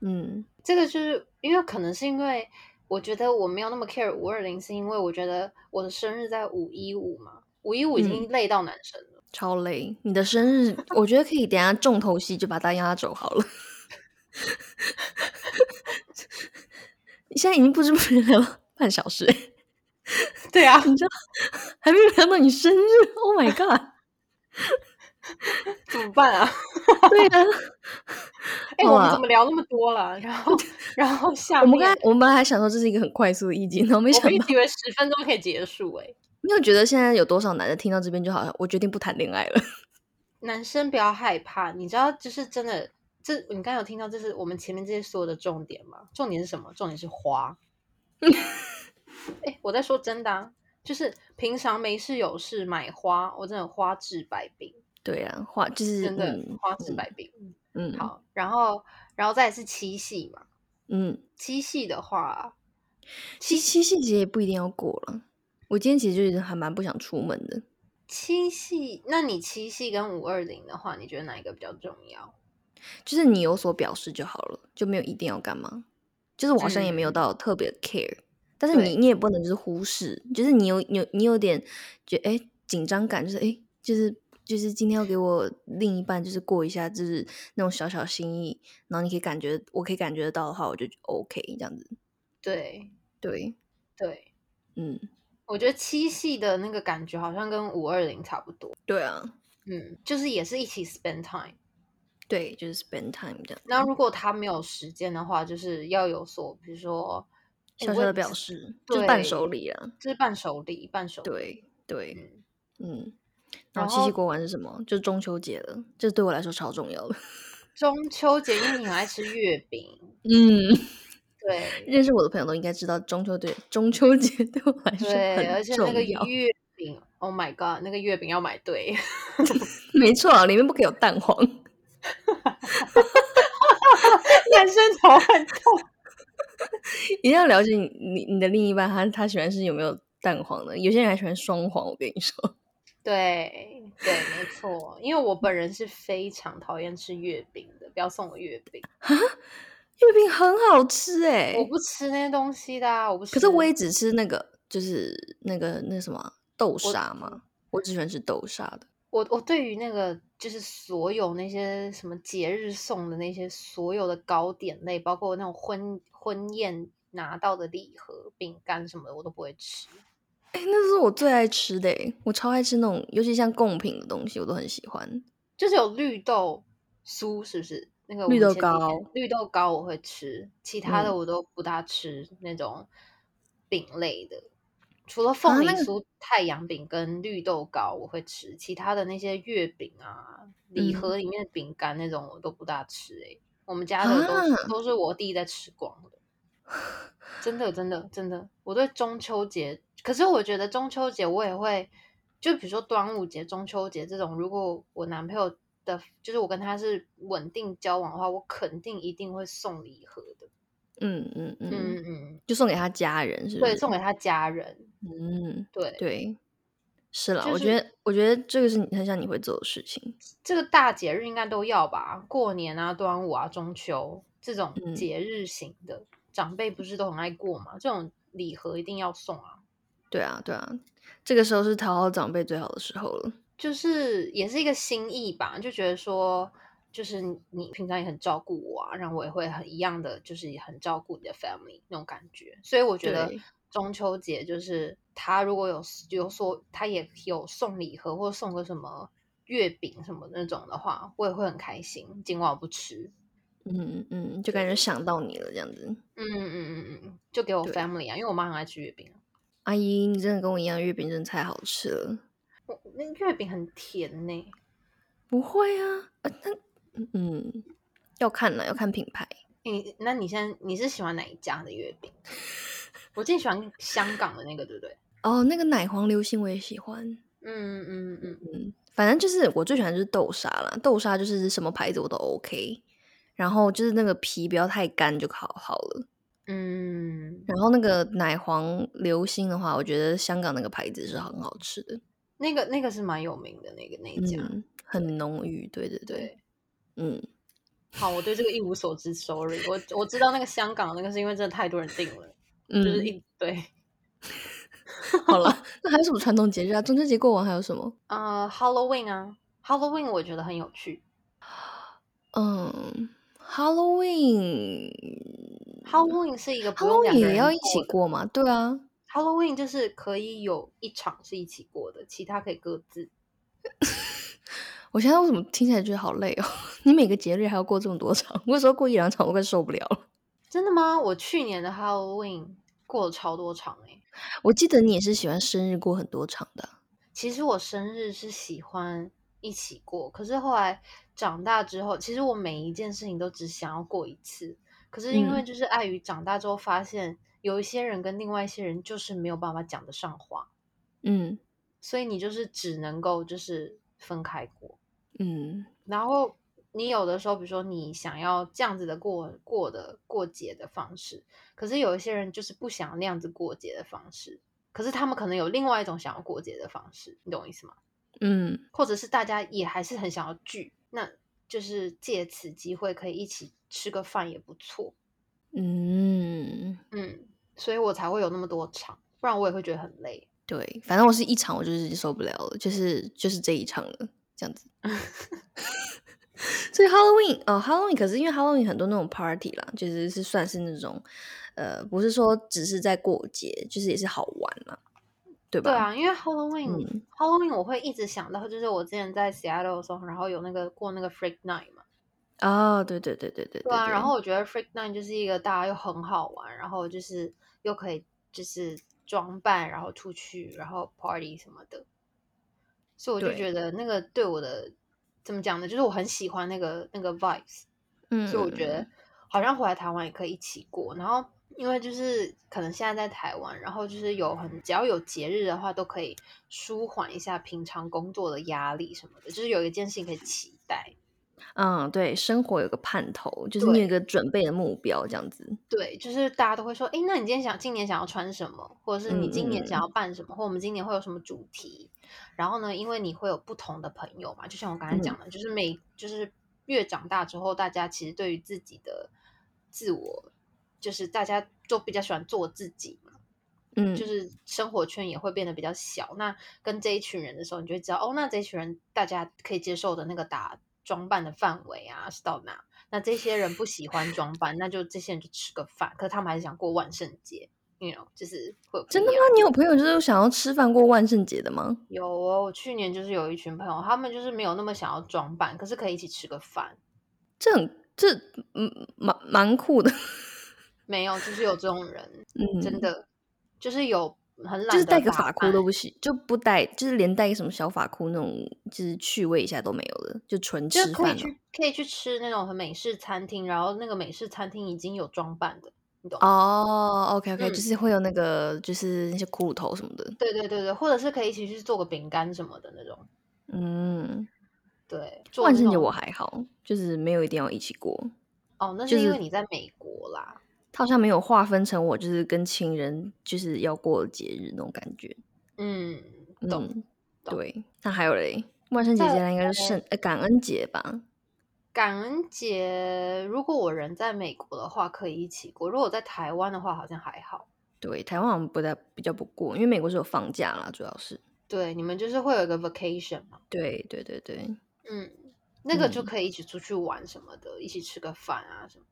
S1: 嗯，
S3: 这个就是因为可能是因为我觉得我没有那么 care 五二零，是因为我觉得我的生日在五一五嘛，五一五已
S1: 嗯
S3: 经累到男生了。
S1: 超累。你的生日，我觉得可以等一下重头戏就把它压轴好了。你现在已经不知不觉聊了半小时，
S3: 对 啊，
S1: 还没有聊到你生日。Oh my god！
S3: 怎么办啊？
S1: 对啊，
S3: 哎、
S1: 好
S3: 我们
S1: 啊
S3: 怎么聊那么多了？然后，然后下
S1: 我
S3: 面
S1: 们刚才我们本来还想说这是一个很快速的意境，然后没
S3: 我
S1: 想
S3: 们一
S1: 到
S3: 直，以为十分钟可以结束、哎，
S1: 你有觉得现在有多少男的听到这边就好像我决定不谈恋爱了？
S3: 男生不要害怕，你知道，就是真的，这你刚刚有听到，这是我们前面这些所有的重点吗？重点是什么？重点是花。哎、我在说真的、啊，就是平常没事有事买花，我真的花治百病，
S1: 对啊，话就是
S3: 真的、
S1: 嗯
S3: 花治百病。
S1: 嗯
S3: 好，然后，然后再来是七夕嘛，
S1: 嗯，
S3: 七夕的话，
S1: 其实七夕节也不一定要过了。我今天其实就已经还蛮不想出门的。
S3: 七夕，那你七夕跟五二零的话，你觉得哪一个比较重要？
S1: 就是你有所表示就好了，就没有一定要干嘛。就是我好像也没有
S3: 嗯
S1: 到特别 care，但是你
S3: 对
S1: 你也不能就是忽视，就是你有你有你有点觉哎紧张感，就是哎就是就是今天要给我另一半就是过一下就是那种小小心意，然后你可以感觉我可以感觉得到的话，我就 OK 这样子。
S3: 对
S1: 对，
S3: 对，
S1: 嗯，
S3: 我觉得七夕的那个感觉好像跟五二零差不多，
S1: 对啊，
S3: 嗯，就是也是一起 spend time。
S1: 对，就是 spend time 这样
S3: 那
S1: 子，
S3: 如果他没有时间的话，就是要有所，比如说诶
S1: 小
S3: 我
S1: 小
S3: 也
S1: 的
S3: 不
S1: 表
S3: 知
S1: 示，就是伴手
S3: 对，
S1: 礼啊，
S3: 就是伴手礼，伴手礼，
S1: 对对，
S3: 嗯，
S1: 嗯。然
S3: 然
S1: 后七夕
S3: 后
S1: 过完是什么？就是中秋节了，这对我来说超重要的。
S3: 中秋节，因为你很爱吃月 饼，
S1: 嗯，
S3: 对
S1: 认识我的朋友都应该知道，中秋对中秋节对我来说
S3: 对，
S1: 很
S3: 而且那个
S1: 重要。
S3: 月饼 Oh my god，那个月饼要买 对，
S1: 没错，里面不可以有蛋黄。
S3: 男生头很痛。
S1: 一定要了解你你你的另一半他，他喜欢是有没有蛋黄的，有些人还喜欢双黄。我跟你说，
S3: 对对，没错，因为我本人是非常讨厌吃月饼的，不要送我月饼，
S1: 月饼很好吃哎、
S3: 我不吃那些东西的、啊，我不吃。
S1: 可是我也只吃那个，就是那个那什么豆沙嘛，我只喜欢吃豆沙的。
S3: 我我对于那个就是所有那些什么节日送的那些所有的糕点类，包括那种婚婚宴拿到的礼盒、饼干什么的，我都不会吃。
S1: 哎、那是我最爱吃的哎、我超爱吃那种，尤其像贡品的东西，我都很喜欢。
S3: 就是有绿豆酥，是不是？那个我
S1: 绿
S3: 们
S1: 豆
S3: 前几天
S1: 糕，
S3: 绿豆糕我会吃，其他的
S1: 嗯
S3: 我都不大吃那种饼类的，除了凤
S1: 啊
S3: 梨
S1: 那个
S3: 酥、太阳饼跟绿豆糕我会吃，其他的那些月饼啊、礼
S1: 嗯
S3: 盒里面的饼干那种我都不大吃、欸。哎，我们家的都是、
S1: 啊
S3: 都是我弟在吃光的，真的真的真的。我对中秋节，可是我觉得中秋节我也会。就比如说端午节、中秋节这种，如果我男朋友的，就是我跟他是稳定交往的话，我肯定一定会送礼盒的。
S1: 嗯嗯嗯，
S3: 嗯嗯，
S1: 就送给他家人是不
S3: 对，
S1: 是？
S3: 送给他家人。
S1: 嗯，
S3: 对，
S1: 对，是啦，
S3: 就
S1: 我
S3: 是
S1: 觉得我觉得这个是你很像你会做的事情。
S3: 这个大节日应该都要吧？过年啊、端午啊、中秋这种
S1: 嗯
S3: 节日型的，长辈不是都很爱过吗？这种礼盒一定要送啊。
S1: 对啊，对啊，这个时候是讨好长辈最好的时候了。
S3: 就是也是一个心意吧，就觉得说，就是你你平常也很照顾我啊，然后我也会很一样的，就是也很照顾你的 family 那种感觉。所以我觉得
S1: 对
S3: 中秋节就是他如果有有所他也有送礼盒或送个什么月饼什么那种的话，我也会很开心，尽管我不吃。
S1: 嗯嗯，就感觉想到你了这样子。
S3: 嗯嗯嗯嗯嗯，就给我
S1: 对
S3: family 啊，因为我妈很爱吃月饼啊，
S1: 阿姨，你真的跟我一样，月饼真的太好吃了。
S3: 我那月饼很甜呢、
S1: 不会啊，呃那嗯，要看了，要看品牌。
S3: 你那你现在你是喜欢哪一家的月饼？啊我最喜欢香港的那个，对不对？
S1: 哦，那个奶黄流心我也喜欢。
S3: 嗯嗯嗯，
S1: 嗯，反正就是我最喜欢就是豆沙啦，豆沙就是什么牌子我都 OK。然后就是那个皮不要太干就好好了。
S3: 嗯，
S1: 然后那个奶黄流心的话，我觉得香港那个牌子是很好吃的，
S3: 那个那个是蛮有名的那个那一家。
S1: 嗯，很浓郁，对对对，
S3: 对，
S1: 嗯，
S3: 好，我对这个一无所知，sorry。我我知道那个香港那个是因为真的太多人订了，
S1: 嗯，
S3: 就是一对。
S1: 好了。 那还有什么传统节日啊？中秋节过完还有什么？
S3: 呃，Halloween 啊，Halloween 我觉得很有趣。
S1: 嗯，Halloween，Halloween
S3: Halloween 是一个不用两
S1: 嗯
S3: 个
S1: 也
S3: 人
S1: 要一起
S3: 过的。
S1: 过吗？对啊，
S3: Halloween 就是可以有一场是一起过的，其他可以各自。
S1: 我现在为什么听起来觉得好累哦？ 你每个节日还要过这么多场， 我有时候过一两场我快受不了了。
S3: 真的吗？我去年的 Halloween 过了超多场哎、
S1: 我记得你也是喜欢生日过很多场的啊，
S3: 其实我生日是喜欢一起过，可是后来长大之后，其实我每一件事情都只想要过一次。可是因为
S1: 嗯
S3: 就是碍于长大之后，发现有一些人跟另外一些人就是没有办法讲得上话，
S1: 嗯
S3: 所以你就是只能够就是分开过。
S1: 嗯
S3: 然后你有的时候，比如说你想要这样子的过过的过节的方式，可是有一些人就是不想那样子过节的方式，可是他们可能有另外一种想要过节的方式，你懂我意思吗？
S1: 嗯，
S3: 或者是大家也还是很想要聚，那就是借此机会可以一起吃个饭也不错。
S1: 嗯，
S3: 嗯，所以我才会有那么多场，不然我也会觉得很累。
S1: 对，反正我是一场我就是受不了了，就是就是这一场了，这样子。 所以 Halloween 哦，Halloween 可是因为 Halloween 很多那种 party 啦，就是是算是那种，呃，不是说只是在过节，就是也是好玩啦，对吧？
S3: 对啊，因为 Halloween、
S1: 嗯
S3: Halloween 我会一直想到，就是我之前在 Seattle 的时候，然后有那个过那个 Freak Night 嘛。
S1: 啊、对对对对对对
S3: 对啊，然后
S1: 对，
S3: 我觉得 Freak Night 就是一个大家又很好玩，然后就是又可以就是装扮，然后出去，然后 party 什么的，所以我就
S1: 对
S3: 觉得那个对我的怎么讲呢？就是我很喜欢那个那个 vibes，
S1: 嗯，
S3: 所以我
S1: 嗯
S3: 觉得好像回来台湾也可以一起过。然后因为就是可能现在在台湾，然后就是有很只要有节日的话，都可以舒缓一下平常工作的压力什么的，就是有一件事情可以期待。
S1: 嗯，对，生活有个盼头，就是你有一个准备的目标，这样子。
S3: 对，就是大家都会说，哎，那你今天想今年想要穿什么，或者是你今
S1: 嗯
S3: 年
S1: 嗯
S3: 想要办什么，或我们今年会有什么主题。然后呢，因为你会有不同的朋友嘛，就像我刚才
S1: 嗯
S3: 讲的，就是每就是越长大之后，大家其实对于自己的自我，就是大家都比较喜欢做自己嘛。
S1: 嗯，
S3: 就是生活圈也会变得比较小。那跟这一群人的时候，你就会知道哦，那这一群人大家可以接受的那个打装扮的范围啊是到哪？那这些人不喜欢装扮，那就这些人就吃个饭，可是他们还是想过万圣节，you know，就是会有不
S1: 真的
S3: 一
S1: 吗
S3: 样？
S1: 你有朋友就是想要吃饭过万圣节的吗？
S3: 有哦，我去年就是有一群朋友，他们就是没有那么想要装扮，可是可以一起吃个饭。
S1: 这很这嗯蛮蛮酷的，
S3: 没有，就是有这种人，
S1: 嗯，
S3: 真的就是有很懒，
S1: 就是戴个发箍
S3: 箍
S1: 都不行，就不戴，就是连戴个什么小发箍那种，就是趣味一下都没有了，就纯
S3: 就
S1: 吃
S3: 可以
S1: 饭哦了。
S3: 去可以去吃那种很美式餐厅，然后那个美式餐厅已经有装扮的，你懂吗？
S1: 哦，OK OK，、
S3: 嗯
S1: 就是会有那个就是那些骷髅头什么的，
S3: 对对对对，或者是可以一起去做个饼干什么的那种。
S1: 嗯，
S3: 对，做
S1: 万
S3: 那
S1: 圣节
S3: 种
S1: 我还好，就是没有一定要一起过，
S3: 哦，那
S1: 就是
S3: 因
S1: 是
S3: 为你在美国啦。
S1: 它好像没有划分成我就是跟亲人就是要过的节日那种感觉，
S3: 嗯，懂。
S1: 嗯，
S3: 懂
S1: 对，那还有嘞，万圣节
S3: 再
S1: 接下
S3: 来
S1: 来应该是圣呃感恩节吧，
S3: 感恩节，如果我人在美国的话，可以一起过；如果我在台湾的话，好像还好。
S1: 对，台湾好像不太比较不过，因为美国是有放假啦，主要是，
S3: 对，你们就是会有一个 vacation 嘛，
S1: 对对对对
S3: 嗯，那个就
S1: 嗯
S3: 可以一起出去玩什么的，一起吃个饭啊什么。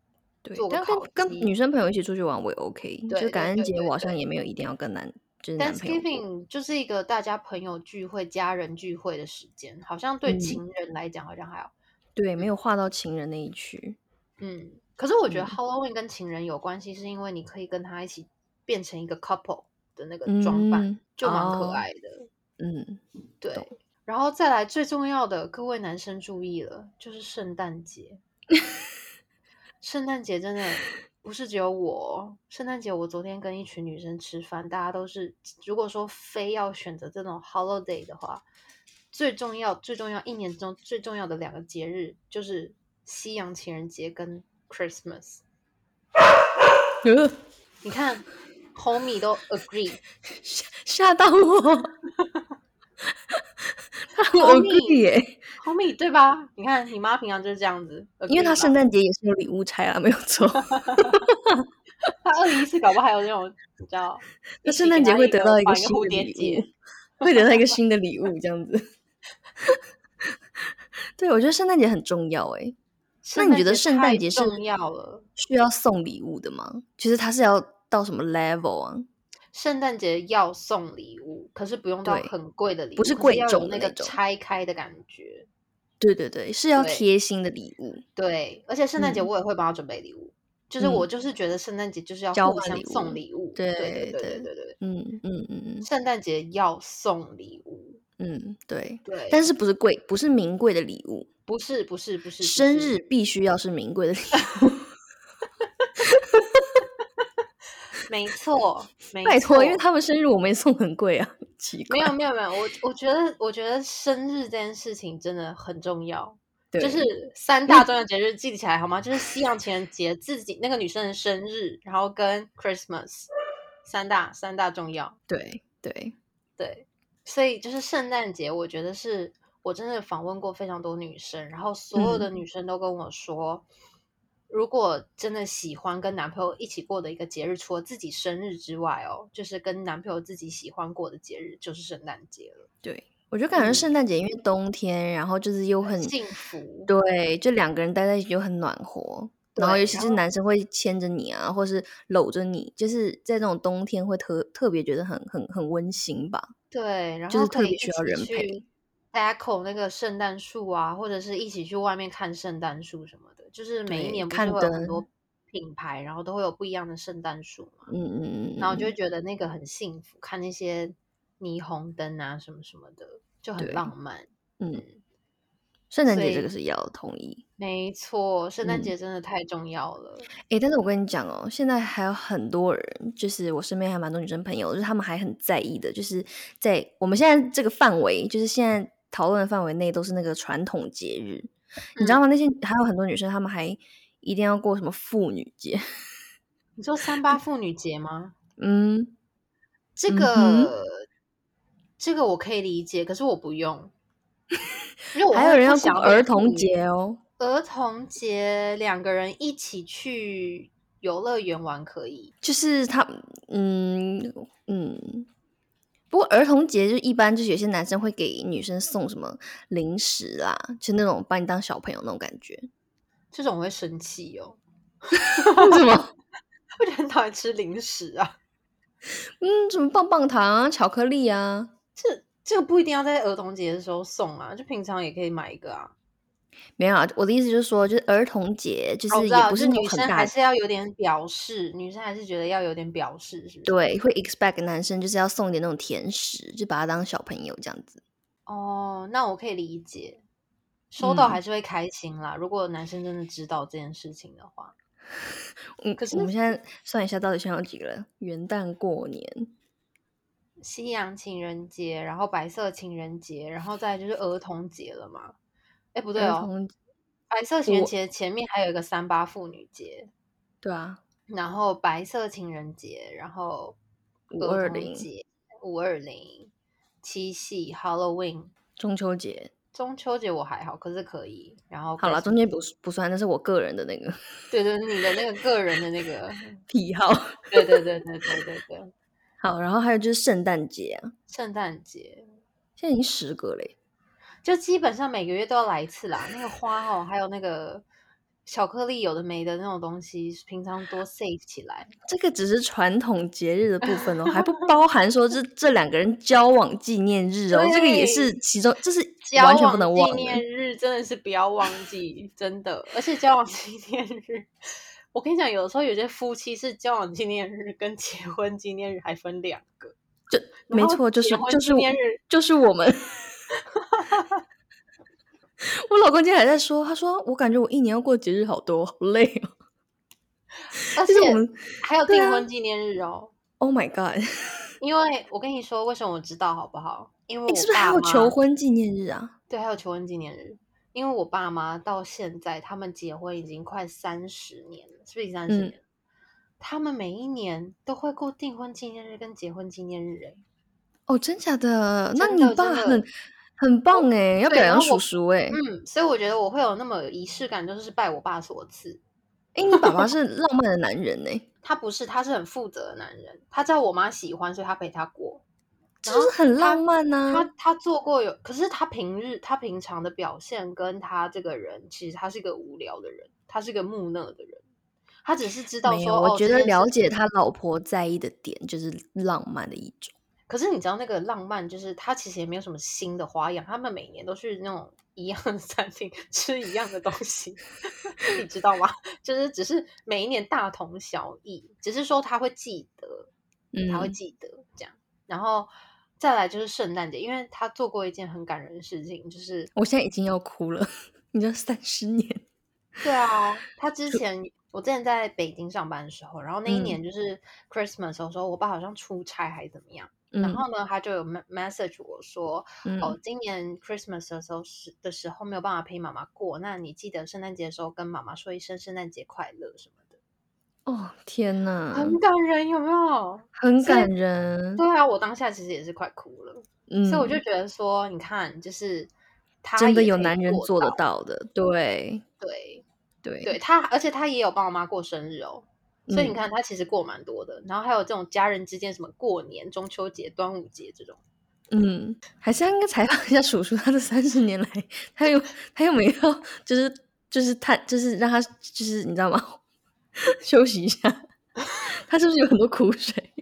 S1: 对
S3: 做，个
S1: 但跟
S3: 烤
S1: 跟
S3: 鸡
S1: 女生朋友一起出去玩我也 OK，就
S3: 对对
S1: 感恩
S3: 对
S1: 节
S3: 对
S1: 我好
S3: 对
S1: 像也没有一定要跟男就是男朋友过，
S3: Thanksgiving 就是一个大家朋友聚会、家人聚会的时间，好像对
S1: 嗯
S3: 情人来讲好像还好。
S1: 对，没有划到情人那一区，
S3: 嗯，可是我觉得
S1: 嗯
S3: Halloween 跟情人有关系，是因为你可以跟他一起变成一个 couple 的那个装扮，
S1: 嗯，
S3: 就蛮可
S1: 哦
S3: 爱的。
S1: 嗯，
S3: 对，然后再来最重要的，各位男生注意了，就是圣 诞节。圣诞节真的不是只有我哦，圣诞节我昨天跟一群女生吃饭，大家都是如果说非要选择这种 holiday 的话，最重要最重要一年中最重要的两个节日就是西洋情人节跟 Christmas。
S1: 呃
S3: 你看，homie 都 agree，
S1: 吓吓到 我， 他
S3: 好
S1: 很
S3: 你
S1: ugly 耶，
S3: ，homie 对吧？你看你妈平常就是这样子，
S1: 因为他圣
S3: 诞
S1: 诞节也是有礼物拆啊，没有 错，
S3: 他二零一四搞不好还有 那种你知道，
S1: 他
S3: 一起
S1: 圣
S3: 给
S1: 诞节
S3: 他
S1: 会
S3: 一
S1: 得到一
S3: 绑
S1: 个
S3: 一
S1: 新
S3: 个蝴
S1: 的
S3: 蝶
S1: 礼
S3: 结
S1: 物， 会得到一个新的礼物这样子， 对我觉得圣诞节很重要哎，那
S3: 圣
S1: 你
S3: 诞
S1: 觉得
S3: 节
S1: 圣
S3: 太
S1: 诞节是
S3: 重要了？
S1: 需要送礼物的吗？其实它是要到什么 level 啊？
S3: 圣诞节要送礼物，可是不用到
S1: 对
S3: 很贵的礼物，
S1: 不是
S3: 可
S1: 贵
S3: 要有
S1: 重的
S3: 那
S1: 那
S3: 个
S1: 种
S3: 拆开的感觉。
S1: 对对对，是要
S3: 对
S1: 贴心的礼物，
S3: 对，而且圣诞节
S1: 嗯
S3: 我也会帮他准备礼物，就是我就是觉得圣诞节就是要
S1: 交
S3: 互
S1: 换
S3: 相
S1: 礼物
S3: 送礼物。对对
S1: 对
S3: 对对
S1: 对，
S3: 对对，
S1: 嗯嗯嗯
S3: 圣诞节要送礼物。
S1: 嗯嗯，对，
S3: 对，
S1: 但是不是贵，不是名贵的礼物，
S3: 不是不是不是不
S1: 生
S3: 是
S1: 日必须要是名贵的礼物，
S3: 没错没
S1: 拜
S3: 错
S1: 托，，因为他们生日我们也送很贵啊，奇
S3: 没
S1: 怪，
S3: 有没有没有，我我觉得我觉得生日这件事情真的很重要，
S1: 对，
S3: 就是三大重要节日记起来好吗？就是西洋情人节、自己那个女生的生日，然后跟 Christmas 三大三大重要。
S1: 对对，
S3: 对，所以就是圣诞节，我觉得是我真的访问过非常多女生，然后所有的
S1: 嗯
S3: 女生都跟我说，如果真的喜欢跟男朋友一起过的一个节日，除了自己生日之外哦，就是跟男朋友自己喜欢过的节日，就是圣诞节了，
S1: 对，我就感觉
S3: 嗯
S1: 圣诞节因为冬天，然后就是又
S3: 很
S1: 很
S3: 幸福。
S1: 对，就两个人待在一起就很暖和。然后，
S3: 对
S1: 尤其
S3: 然
S1: 是男生会牵着你啊，或是搂着你，就是在这种冬天会特特别觉得很很很温馨吧。
S3: 对，然
S1: 就
S3: 后
S1: 是
S3: 可
S1: 特
S3: 以
S1: 别
S3: 一
S1: 需要
S3: 起
S1: 人陪。
S3: 去 tackle 那个圣诞树啊，或者是一起去外面看圣诞树什么的。就是每一
S1: 对
S3: 年不是
S1: 看
S3: 会有很多
S1: 灯
S3: 品牌，然后都会有不一样的圣诞树嘛，
S1: 嗯嗯嗯
S3: 然后
S1: 嗯
S3: 就会
S1: 嗯，
S3: 觉得那个很幸福，看那些霓虹灯啊什么什么的，就很
S1: 对，
S3: 浪漫。
S1: 嗯，
S3: 嗯，
S1: 圣诞
S3: 所
S1: 节这
S3: 以
S1: 个是要同意。
S3: 没错，圣诞
S1: 嗯
S3: 节真的太重要了。
S1: 诶，但是我跟你讲哦，现在还有很多人，就是我身边还蛮多女生朋友，就是她们还很在意的，就是在我们现在这个范围，就是现在讨论的范围内，都是那个传统节日，你知
S3: 嗯
S1: 道吗？那些还有很多女生，她们还一定要过什么妇女节，
S3: 你说三八妇女节吗？
S1: 嗯，
S3: 这
S1: 嗯
S3: 个、
S1: 哼
S3: 这个我可以理解，可是我不 用，因为我
S1: 还有
S3: 会
S1: 人
S3: 不
S1: 要过
S3: 想
S1: 儿
S3: 被
S1: 童
S3: 赋予
S1: 节哦，
S3: 儿童节两个人一起去游乐园玩可以，
S1: 就是他，嗯嗯。不过儿童节就一般就是有些男生会给女生送什么零食啦，就那种把你当小朋友那种感 觉。
S3: 这种我会生气哦，
S1: 为什么？
S3: 我就很讨厌吃零食啊。
S1: 嗯，什么棒棒糖啊、巧克力啊？
S3: 这个不一定要在儿童节的时候送啊，就平常也可以买一个啊。
S1: 没有啊，我的意思就是说，就是儿童节，就
S3: 哦我
S1: 是
S3: 知
S1: 也
S3: 道，
S1: 不
S3: 就是
S1: 那种
S3: 女
S1: 很
S3: 生
S1: 大
S3: 还
S1: 的，
S3: 是要有点表示，女生还是觉得要有点表示，是不是？
S1: 对，会 expect 男生就是要送一点那种甜食，就把他当小朋友这样子。
S3: 哦，那我可以理解，收到
S1: 嗯
S3: 还是会开心啦。如果男生真的知道这件事情的话，
S1: 嗯
S3: 可，是
S1: 我们现在算一下，到底现在有几个人？元旦、过年，
S3: 西洋情人节，然后白色情人节，然后再来就是儿童节了嘛。哎，不对
S1: 儿
S3: 哦，
S1: 童，
S3: 白色情人
S1: 我
S3: 节前面还有一个三八妇女节，
S1: 对啊，
S3: 然后白色情人节，然后
S1: 五
S3: 儿
S1: 二
S3: 童
S1: 零、
S3: 节、五二零、七夕、Halloween、
S1: 中秋节。
S3: 中秋节我还好，可是可以。然后
S1: 好啦，中
S3: Christmas
S1: 间不是不算，那是我个人的那个
S3: 对对，你的那个个人的那个，
S1: 癖好。
S3: 对对对对对对对，
S1: 好，然后还有就是圣诞节啊，
S3: 圣诞节
S1: 现在已经十个嘞。
S3: 就基本上每个月都要来一次啦。那个花哦，还有那个巧克力，有的没的那种东西，平常多 save 起来。
S1: 这个只是传统节日的部分哦，还 不包含说这这两个人交往纪念日哦，这个也是
S3: 对
S1: 其中，这是
S3: 交
S1: 完全不
S3: 往
S1: 能
S3: 纪
S1: 忘的。
S3: 念日真的是不要忘记，真的。而且交往纪念日，我跟你讲，有的时候有些夫妻是交往纪念日跟结婚纪念日还分两个，
S1: 就
S3: 然
S1: 没
S3: 后
S1: 错，就是
S3: 结婚
S1: 就是
S3: 纪念日
S1: 就是我 们。我老公今天还在说，他说我感觉我一年要过节日好多，好累哦。
S3: 而
S1: 就
S3: 且
S1: 是我们
S3: 还有
S1: 对
S3: 订
S1: 啊
S3: 婚纪念日哦。
S1: ，Oh my God，
S3: 因为我跟你说，为什么我知道好不好？因为
S1: 你
S3: 我
S1: 是不是还
S3: 爸
S1: 有求
S3: 妈
S1: 婚纪念日啊？
S3: 对，还有求婚纪念日。因为我爸妈到现在，他们结婚已经快三十年了，是不是三十
S1: 嗯
S3: 年？他们每一年都会过订婚纪念日跟结婚纪念日、欸，
S1: 哦，真假的？那
S3: 真
S1: 你
S3: 的真
S1: 爸
S3: 的哦
S1: 很很棒哎，要
S3: 对
S1: 表
S3: 然
S1: 扬
S3: 后
S1: 叔
S3: 我
S1: 叔哎。
S3: 嗯，所以我觉得我会有那么有仪式感，就是拜我爸所赐。
S1: 哎，你爸爸是 浪漫的男人哎，
S3: 他不是，他是很负责的男人，他知道我妈喜欢，所以他陪她过。
S1: 这
S3: 然
S1: 就
S3: 后
S1: 是很
S3: 他
S1: 浪漫啊呐、
S3: 他他做过有，可是他平日他平常的表现跟他这个人，其实他是个无聊的人，他是个木讷的人，他只是知道
S1: 没
S3: 说
S1: 有，我
S3: 哦
S1: 觉
S3: 这
S1: 得
S3: 件
S1: 了
S3: 事
S1: 解
S3: 情。
S1: 他老婆在意的点就是浪漫的一种。
S3: 可是你知道那个浪漫，就是他其实也没有什么新的花样，他们每年都去那种一样的餐厅 吃一样的东西， 你知道吗？就是只是每一年大同小异，只是说他会记得，他会
S1: 嗯，
S3: 记得这样。然后再来就是圣诞节，因为他做过一件很感人的事 情，就是
S1: 我现在已经要哭了， 你知道三十年，
S3: 对啊， 他之前我之前在北京上班的时候，然后那一
S1: 嗯
S3: 年就是 Christmas 的时候，我爸好像出差还是怎么样，然
S1: 嗯
S3: 后呢，他就有 me- message 我说，哦，
S1: 嗯，
S3: 今年 Christmas 的时候是的时候没有办法陪妈妈过，那你记得圣诞节的时候跟妈妈说一声圣诞节快乐什么的，
S1: 哦天呐，
S3: 很感人，有没有？
S1: 很
S3: 所以
S1: 感人，
S3: 对啊，我当下其实也是快哭了，所以我就
S1: 嗯，
S3: 觉得说，你看，就是他
S1: 真的
S3: 也
S1: 有
S3: 可以
S1: 男人
S3: 做
S1: 做得
S3: 到，
S1: 到的，对
S3: 对。对
S1: 对，
S3: 他，而且他也有帮我妈过生日哦，所以你
S1: 嗯，
S3: 看他其实过蛮多的，然后还有这种家人之间什么过年、中秋节、端午节这种，
S1: 嗯，还是要应该采访一下叔叔，他这三十年来，他有他有没有就是就是他就是让他就是你知道吗？ 休息一下，他是不是有很多苦水？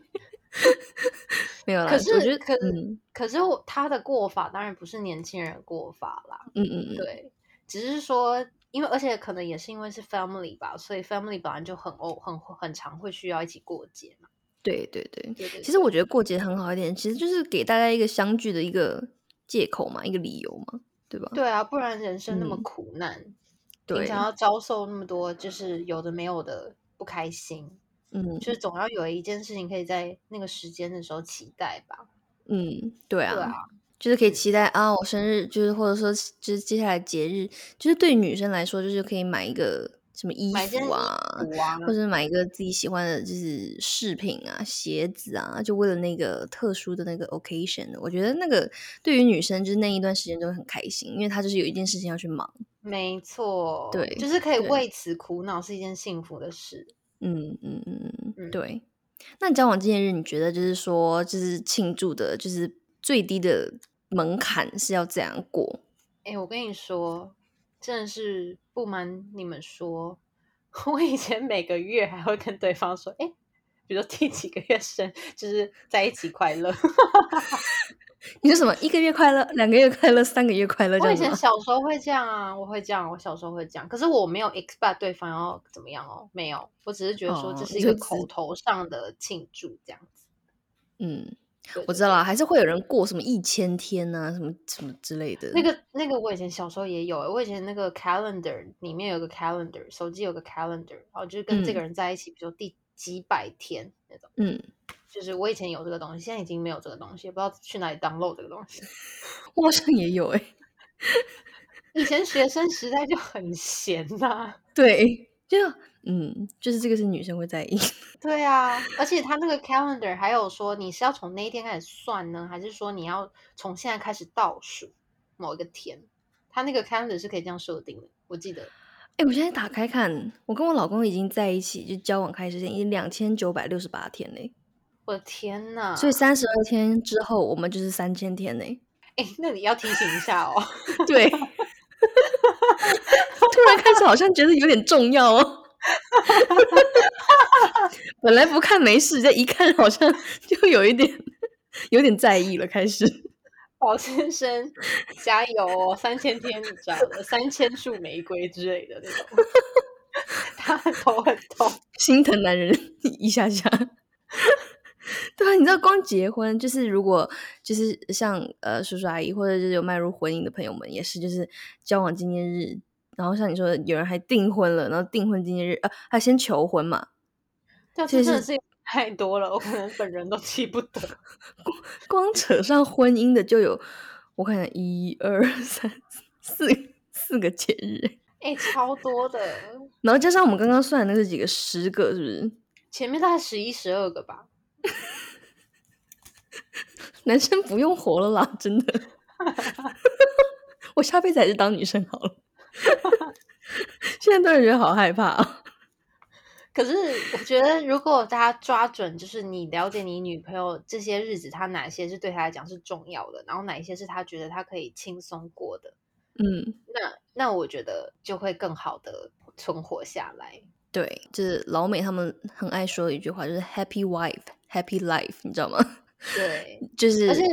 S1: 没有啦，
S3: 可
S1: 呃我
S3: 是
S1: 觉得，
S3: 可是
S1: 嗯
S3: 可是我他的过法当然不是年轻人的过法啦，
S1: 嗯嗯嗯，
S3: 对，只是说因为而且可能也是因为是 family 吧，所以 family 本来就很哦很很常会需要一起过节嘛，
S1: 对对对。
S3: 对对
S1: 其实我
S3: 对，
S1: 觉得过节很好一点，其实就是给大家一个相聚的一个借口嘛，一个理由嘛，对吧？
S3: 对啊，不然人生那么
S1: 嗯，
S3: 苦难，平
S1: 对，
S3: 常要遭受那么多，就是有的没有的不开心，
S1: 嗯
S3: 就是总要有一件事情可以在那个时间的时候期待吧。
S1: 嗯，对啊，
S3: 对啊，
S1: 就是可以期待啊，我生日就是或者说就是接下来节日，就是对女生来说就是可以买一个什么衣
S3: 买一件衣
S1: 服
S3: 服
S1: 啊，
S3: 啊，
S1: 或者买一个自己喜欢的，就是饰品啊、鞋子啊，就为了那个特殊的那个 occasion，我觉得那个对于女生就是那一段时间都会很开心，因为她就是有一件事情要去忙。
S3: 没错，
S1: 对
S3: 就是可以
S1: 对
S3: 为此苦恼是一件幸福的事。
S1: 嗯嗯嗯嗯嗯，
S3: 嗯
S1: 对。那你交往纪念日，你觉得就是说，就是庆祝的，就是最低的门槛是要怎样过？
S3: 哎，我跟你说，真的是不瞒你们说， 我以前每个月还会跟对方说，哎，比如说第几个月生，就是在一起快乐。
S1: 你说什么？一个月快乐，两个月快乐，三个月快乐，这
S3: 我以
S1: 样子
S3: 前
S1: 吗？
S3: 小时候会这样啊，我会这样，我小时候会这样，可是我没有 expect 对方要怎么样哦，没有，我只是觉得说
S1: 哦
S3: 这是
S1: 你
S3: 一
S1: 就
S3: 个
S1: 只
S3: 口头上的庆祝这样子。
S1: 嗯，
S3: 对
S1: 我
S3: 对
S1: 知道
S3: 对
S1: 啦，还是会有人过什么一千天啊，什么什么之类的。
S3: 那个那个，我以前小时候也有欸，我以前那个 calendar 里面有个 calendar，手机有个 calendar，然后就是跟这个人在一起，比如说第几百天那种，
S1: 嗯，
S3: 就是我以前有这个东西，现在已经没有这个东西，也不知道去哪里 download 这个东西。
S1: 我好像也有哎、
S3: 以前学生时代就很闲呐、
S1: 对，就嗯，就是这个是女生会在意。
S3: 对啊，而且他那个 calendar 还有说你是要从那一天开始算呢，还是说你要从现在开始倒数某一个天？他那个 calendar 是可以这样设定的，我记得。
S1: 哎、我现在打开看，我跟我老公已经在一起，就交往开始前已经两千九百六十八天嘞、
S3: 我的天呐！
S1: 所以三十二天之后我们就是三千天嘞、
S3: 哎， 那你要提醒一下哦。
S1: 对，突然开始好像觉得有点重要哦。本来不看没事，这一看好像就有一点有点在意了，开始。
S3: 宝先生， 加油哦！三千天，你知道的，三千束玫瑰之类的那种。 他很头很痛，
S1: 心疼男人一下下。对啊，你知道光结婚就是，如果就是像呃叔叔阿姨或者是有迈入婚姻的朋友们，也是就是交往纪念日，然后像你说的，有人还订婚了，然后订婚纪念日，呃，他先求婚嘛，
S3: 这
S1: 这
S3: 真的
S1: 是
S3: 是太多了，我可能本人都记不得。
S1: 光 扯上婚姻的就有，我看看一二三四四个节日，
S3: 哎，超多的，
S1: 然后加上我们刚刚算的那是几个，十个是不是？
S3: 前面大概十一、十二个吧。
S1: 男生不用活了啦，真 的。 我下辈子还是当女生好了。 现在突然觉得好害怕、啊。
S3: 可是我觉得，如果大家抓准，就是你了解你女朋友这些日子，她哪些是对她来讲是重要的，然后哪一些是她觉得她可以轻松过的，
S1: 嗯，
S3: 那那我觉得就会更好的存活下来。
S1: 对，就是老美他们很爱说的一句话，就是 “happy wife, happy life”，你知道吗？
S3: 对，
S1: 就是
S3: 而且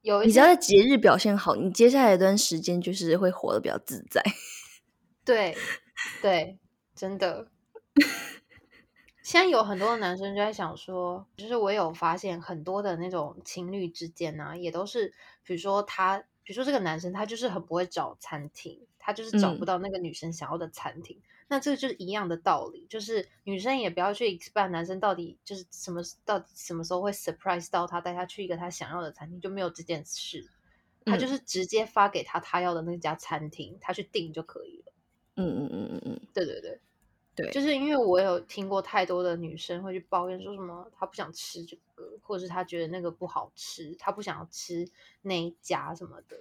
S3: 有一
S1: 你只
S3: 些
S1: 要在节日表现好，你接下来一段时间就是会活得比较自在。
S3: 对对，真的。现在有很多的男生就在想说，就是我有发现很多的那种情侣之间呢、也都是，比如说他，比如说这个男生他就是很不会找餐厅，他就是找
S1: 嗯
S3: 不到那个女生想要的餐厅。那这个就是一样的道理，就是女生也不要去 expect 男生到底就是什么到底什么时候会 surprise 到他，带他去一个他想要的餐厅，就没有这件事。他
S1: 嗯
S3: 就是直接发给他他要的那家餐厅，他去订就可以了。
S1: 嗯嗯嗯嗯嗯，
S3: 对对对，
S1: 对，
S3: 就是因为我有听过太多的女生会去抱怨说什么她不想吃这个，或者是她觉得那个不好吃，她不想要吃那一家什么的。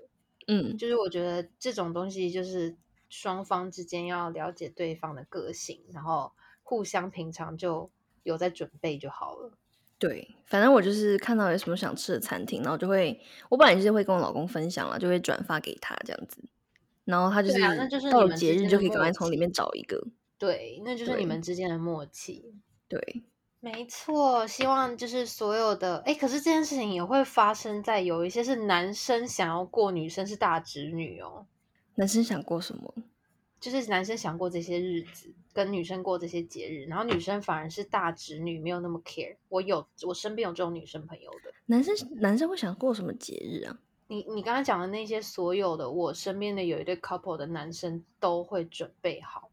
S1: 嗯
S3: 就是我觉得这种东西就是双方之间要了解对方的个性，然后互相平常就有在准备就好了。
S1: 对，反正我就是看到有什么想吃的餐厅，然后就会，我本来就是会跟我老公分享了，就会转发给他这样子，然后他就
S3: 对啊那就是是
S1: 到
S3: 你
S1: 了
S3: 们之
S1: 节日
S3: 间
S1: 就
S3: 的
S1: 可以赶
S3: 默
S1: 快从里
S3: 契
S1: 面找一个，
S3: 对，那就是你
S1: 对
S3: 们之间的默契。
S1: 对，
S3: 没错，希望就是所有的，哎，可是这件事情也会发生在有一些是男生想要过，女生是大侄女哦，
S1: 男生想过什么？
S3: 就是男生想过这些日子，跟女生过这些节日，然后女生反而是大侄女，没有那么 care。我有，我身边有这种女生朋友的，
S1: 男生男生会想过什么节日啊？
S3: 你你刚才讲的那些所有的，我身边的有一对 couple 的男生都会准备好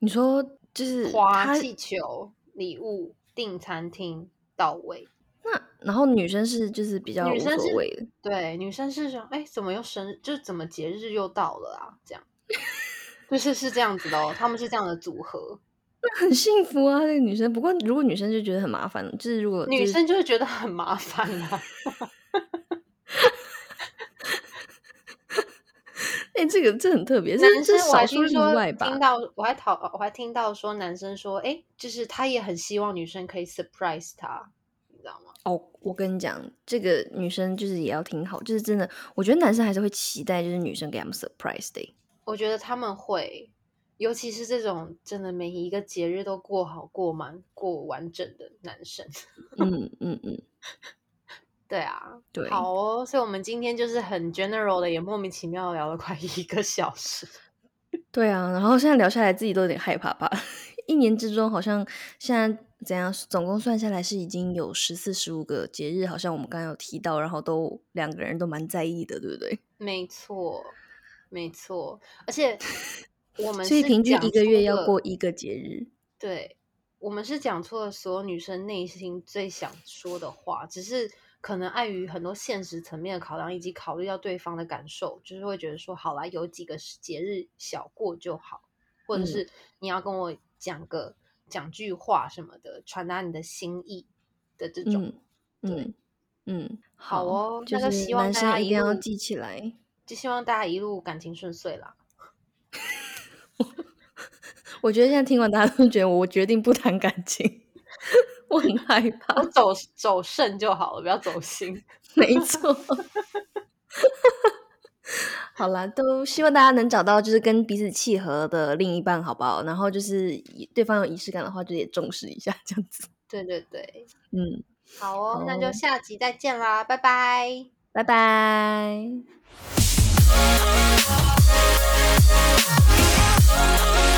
S1: 你说就是
S3: 花
S1: 嗯他
S3: 气球、礼物、订餐厅到位。
S1: 那，然后女生是就是比较无
S3: 女生
S1: 所
S3: 是
S1: 谓的，
S3: 对，女生是想，哎，怎么又生日，就怎么节日又到了啊？这样， 就是是这样子的哦，他们是这样的组合。
S1: 很幸福啊。那个女生，不过如果女生就觉得很麻烦，就是如果、就是、
S3: 女生就会觉得很麻烦啊，
S1: 哎、这个这很特别，这
S3: 男
S1: 这
S3: 生我
S1: 少
S3: 还
S1: 数
S3: 听
S1: 例
S3: 说
S1: 外吧
S3: 听？到，我还讨我还听到说男生说，哎，就是他也很希望女生可以 surprise 他，你知道吗？
S1: 哦，我跟你讲，这个女生就是也要挺好，就是真的，我觉得男生还是会期待就是女生给他们 surprise day。
S3: 我觉得他们会，尤其是这种真的每一个节日都过好过满过完整的男生。
S1: 嗯嗯嗯，
S3: 对啊，
S1: 对，
S3: 好哦，所以我们今天就是很 general 的，也莫名其妙聊了快一个小时。
S1: 对啊。然后现在聊下来，自己都有点害怕吧。一年之中，好像现在怎样，总共算下来是已经有十四十五个节日，好像我们刚刚有提到，然后都两个人都蛮在意的，对不对？
S3: 没错，没错，而且我们
S1: 所以
S3: 是
S1: 平均
S3: 讲
S1: 一个月
S3: 出
S1: 要
S3: 了
S1: 过一个节日。
S3: 对，我们是讲出了所有女生内心最想说的话，只是可能碍于很多现实层面的考量，以及考虑到对方的感受，就是会觉得说，好啦，有几个是节日小过就好，或者
S1: 嗯
S3: 是你要跟我讲个讲句话什么的，传达你的心意的这种。
S1: 嗯
S3: 对
S1: 嗯嗯，
S3: 好哦
S1: 就
S3: 那就是希望
S1: 男
S3: 大
S1: 生
S3: 家
S1: 一
S3: 一
S1: 定要
S3: 路
S1: 记起来。
S3: 就希望大家一路感情顺遂啦。
S1: 我觉得现在听完，大家都觉得我决定不谈感情， 我很害怕
S3: 我。哦走走肾就好了，不要走心。
S1: 没错。 好啦，都希望大家能找到就是跟彼此契合的另一半，好不好？然后就是以对方有仪式感的话，就也重视一下，这样子。
S3: 对对对，
S1: 嗯，
S3: 好哦，那
S1: 好
S3: 就下集再见啦，拜拜。
S1: 拜拜。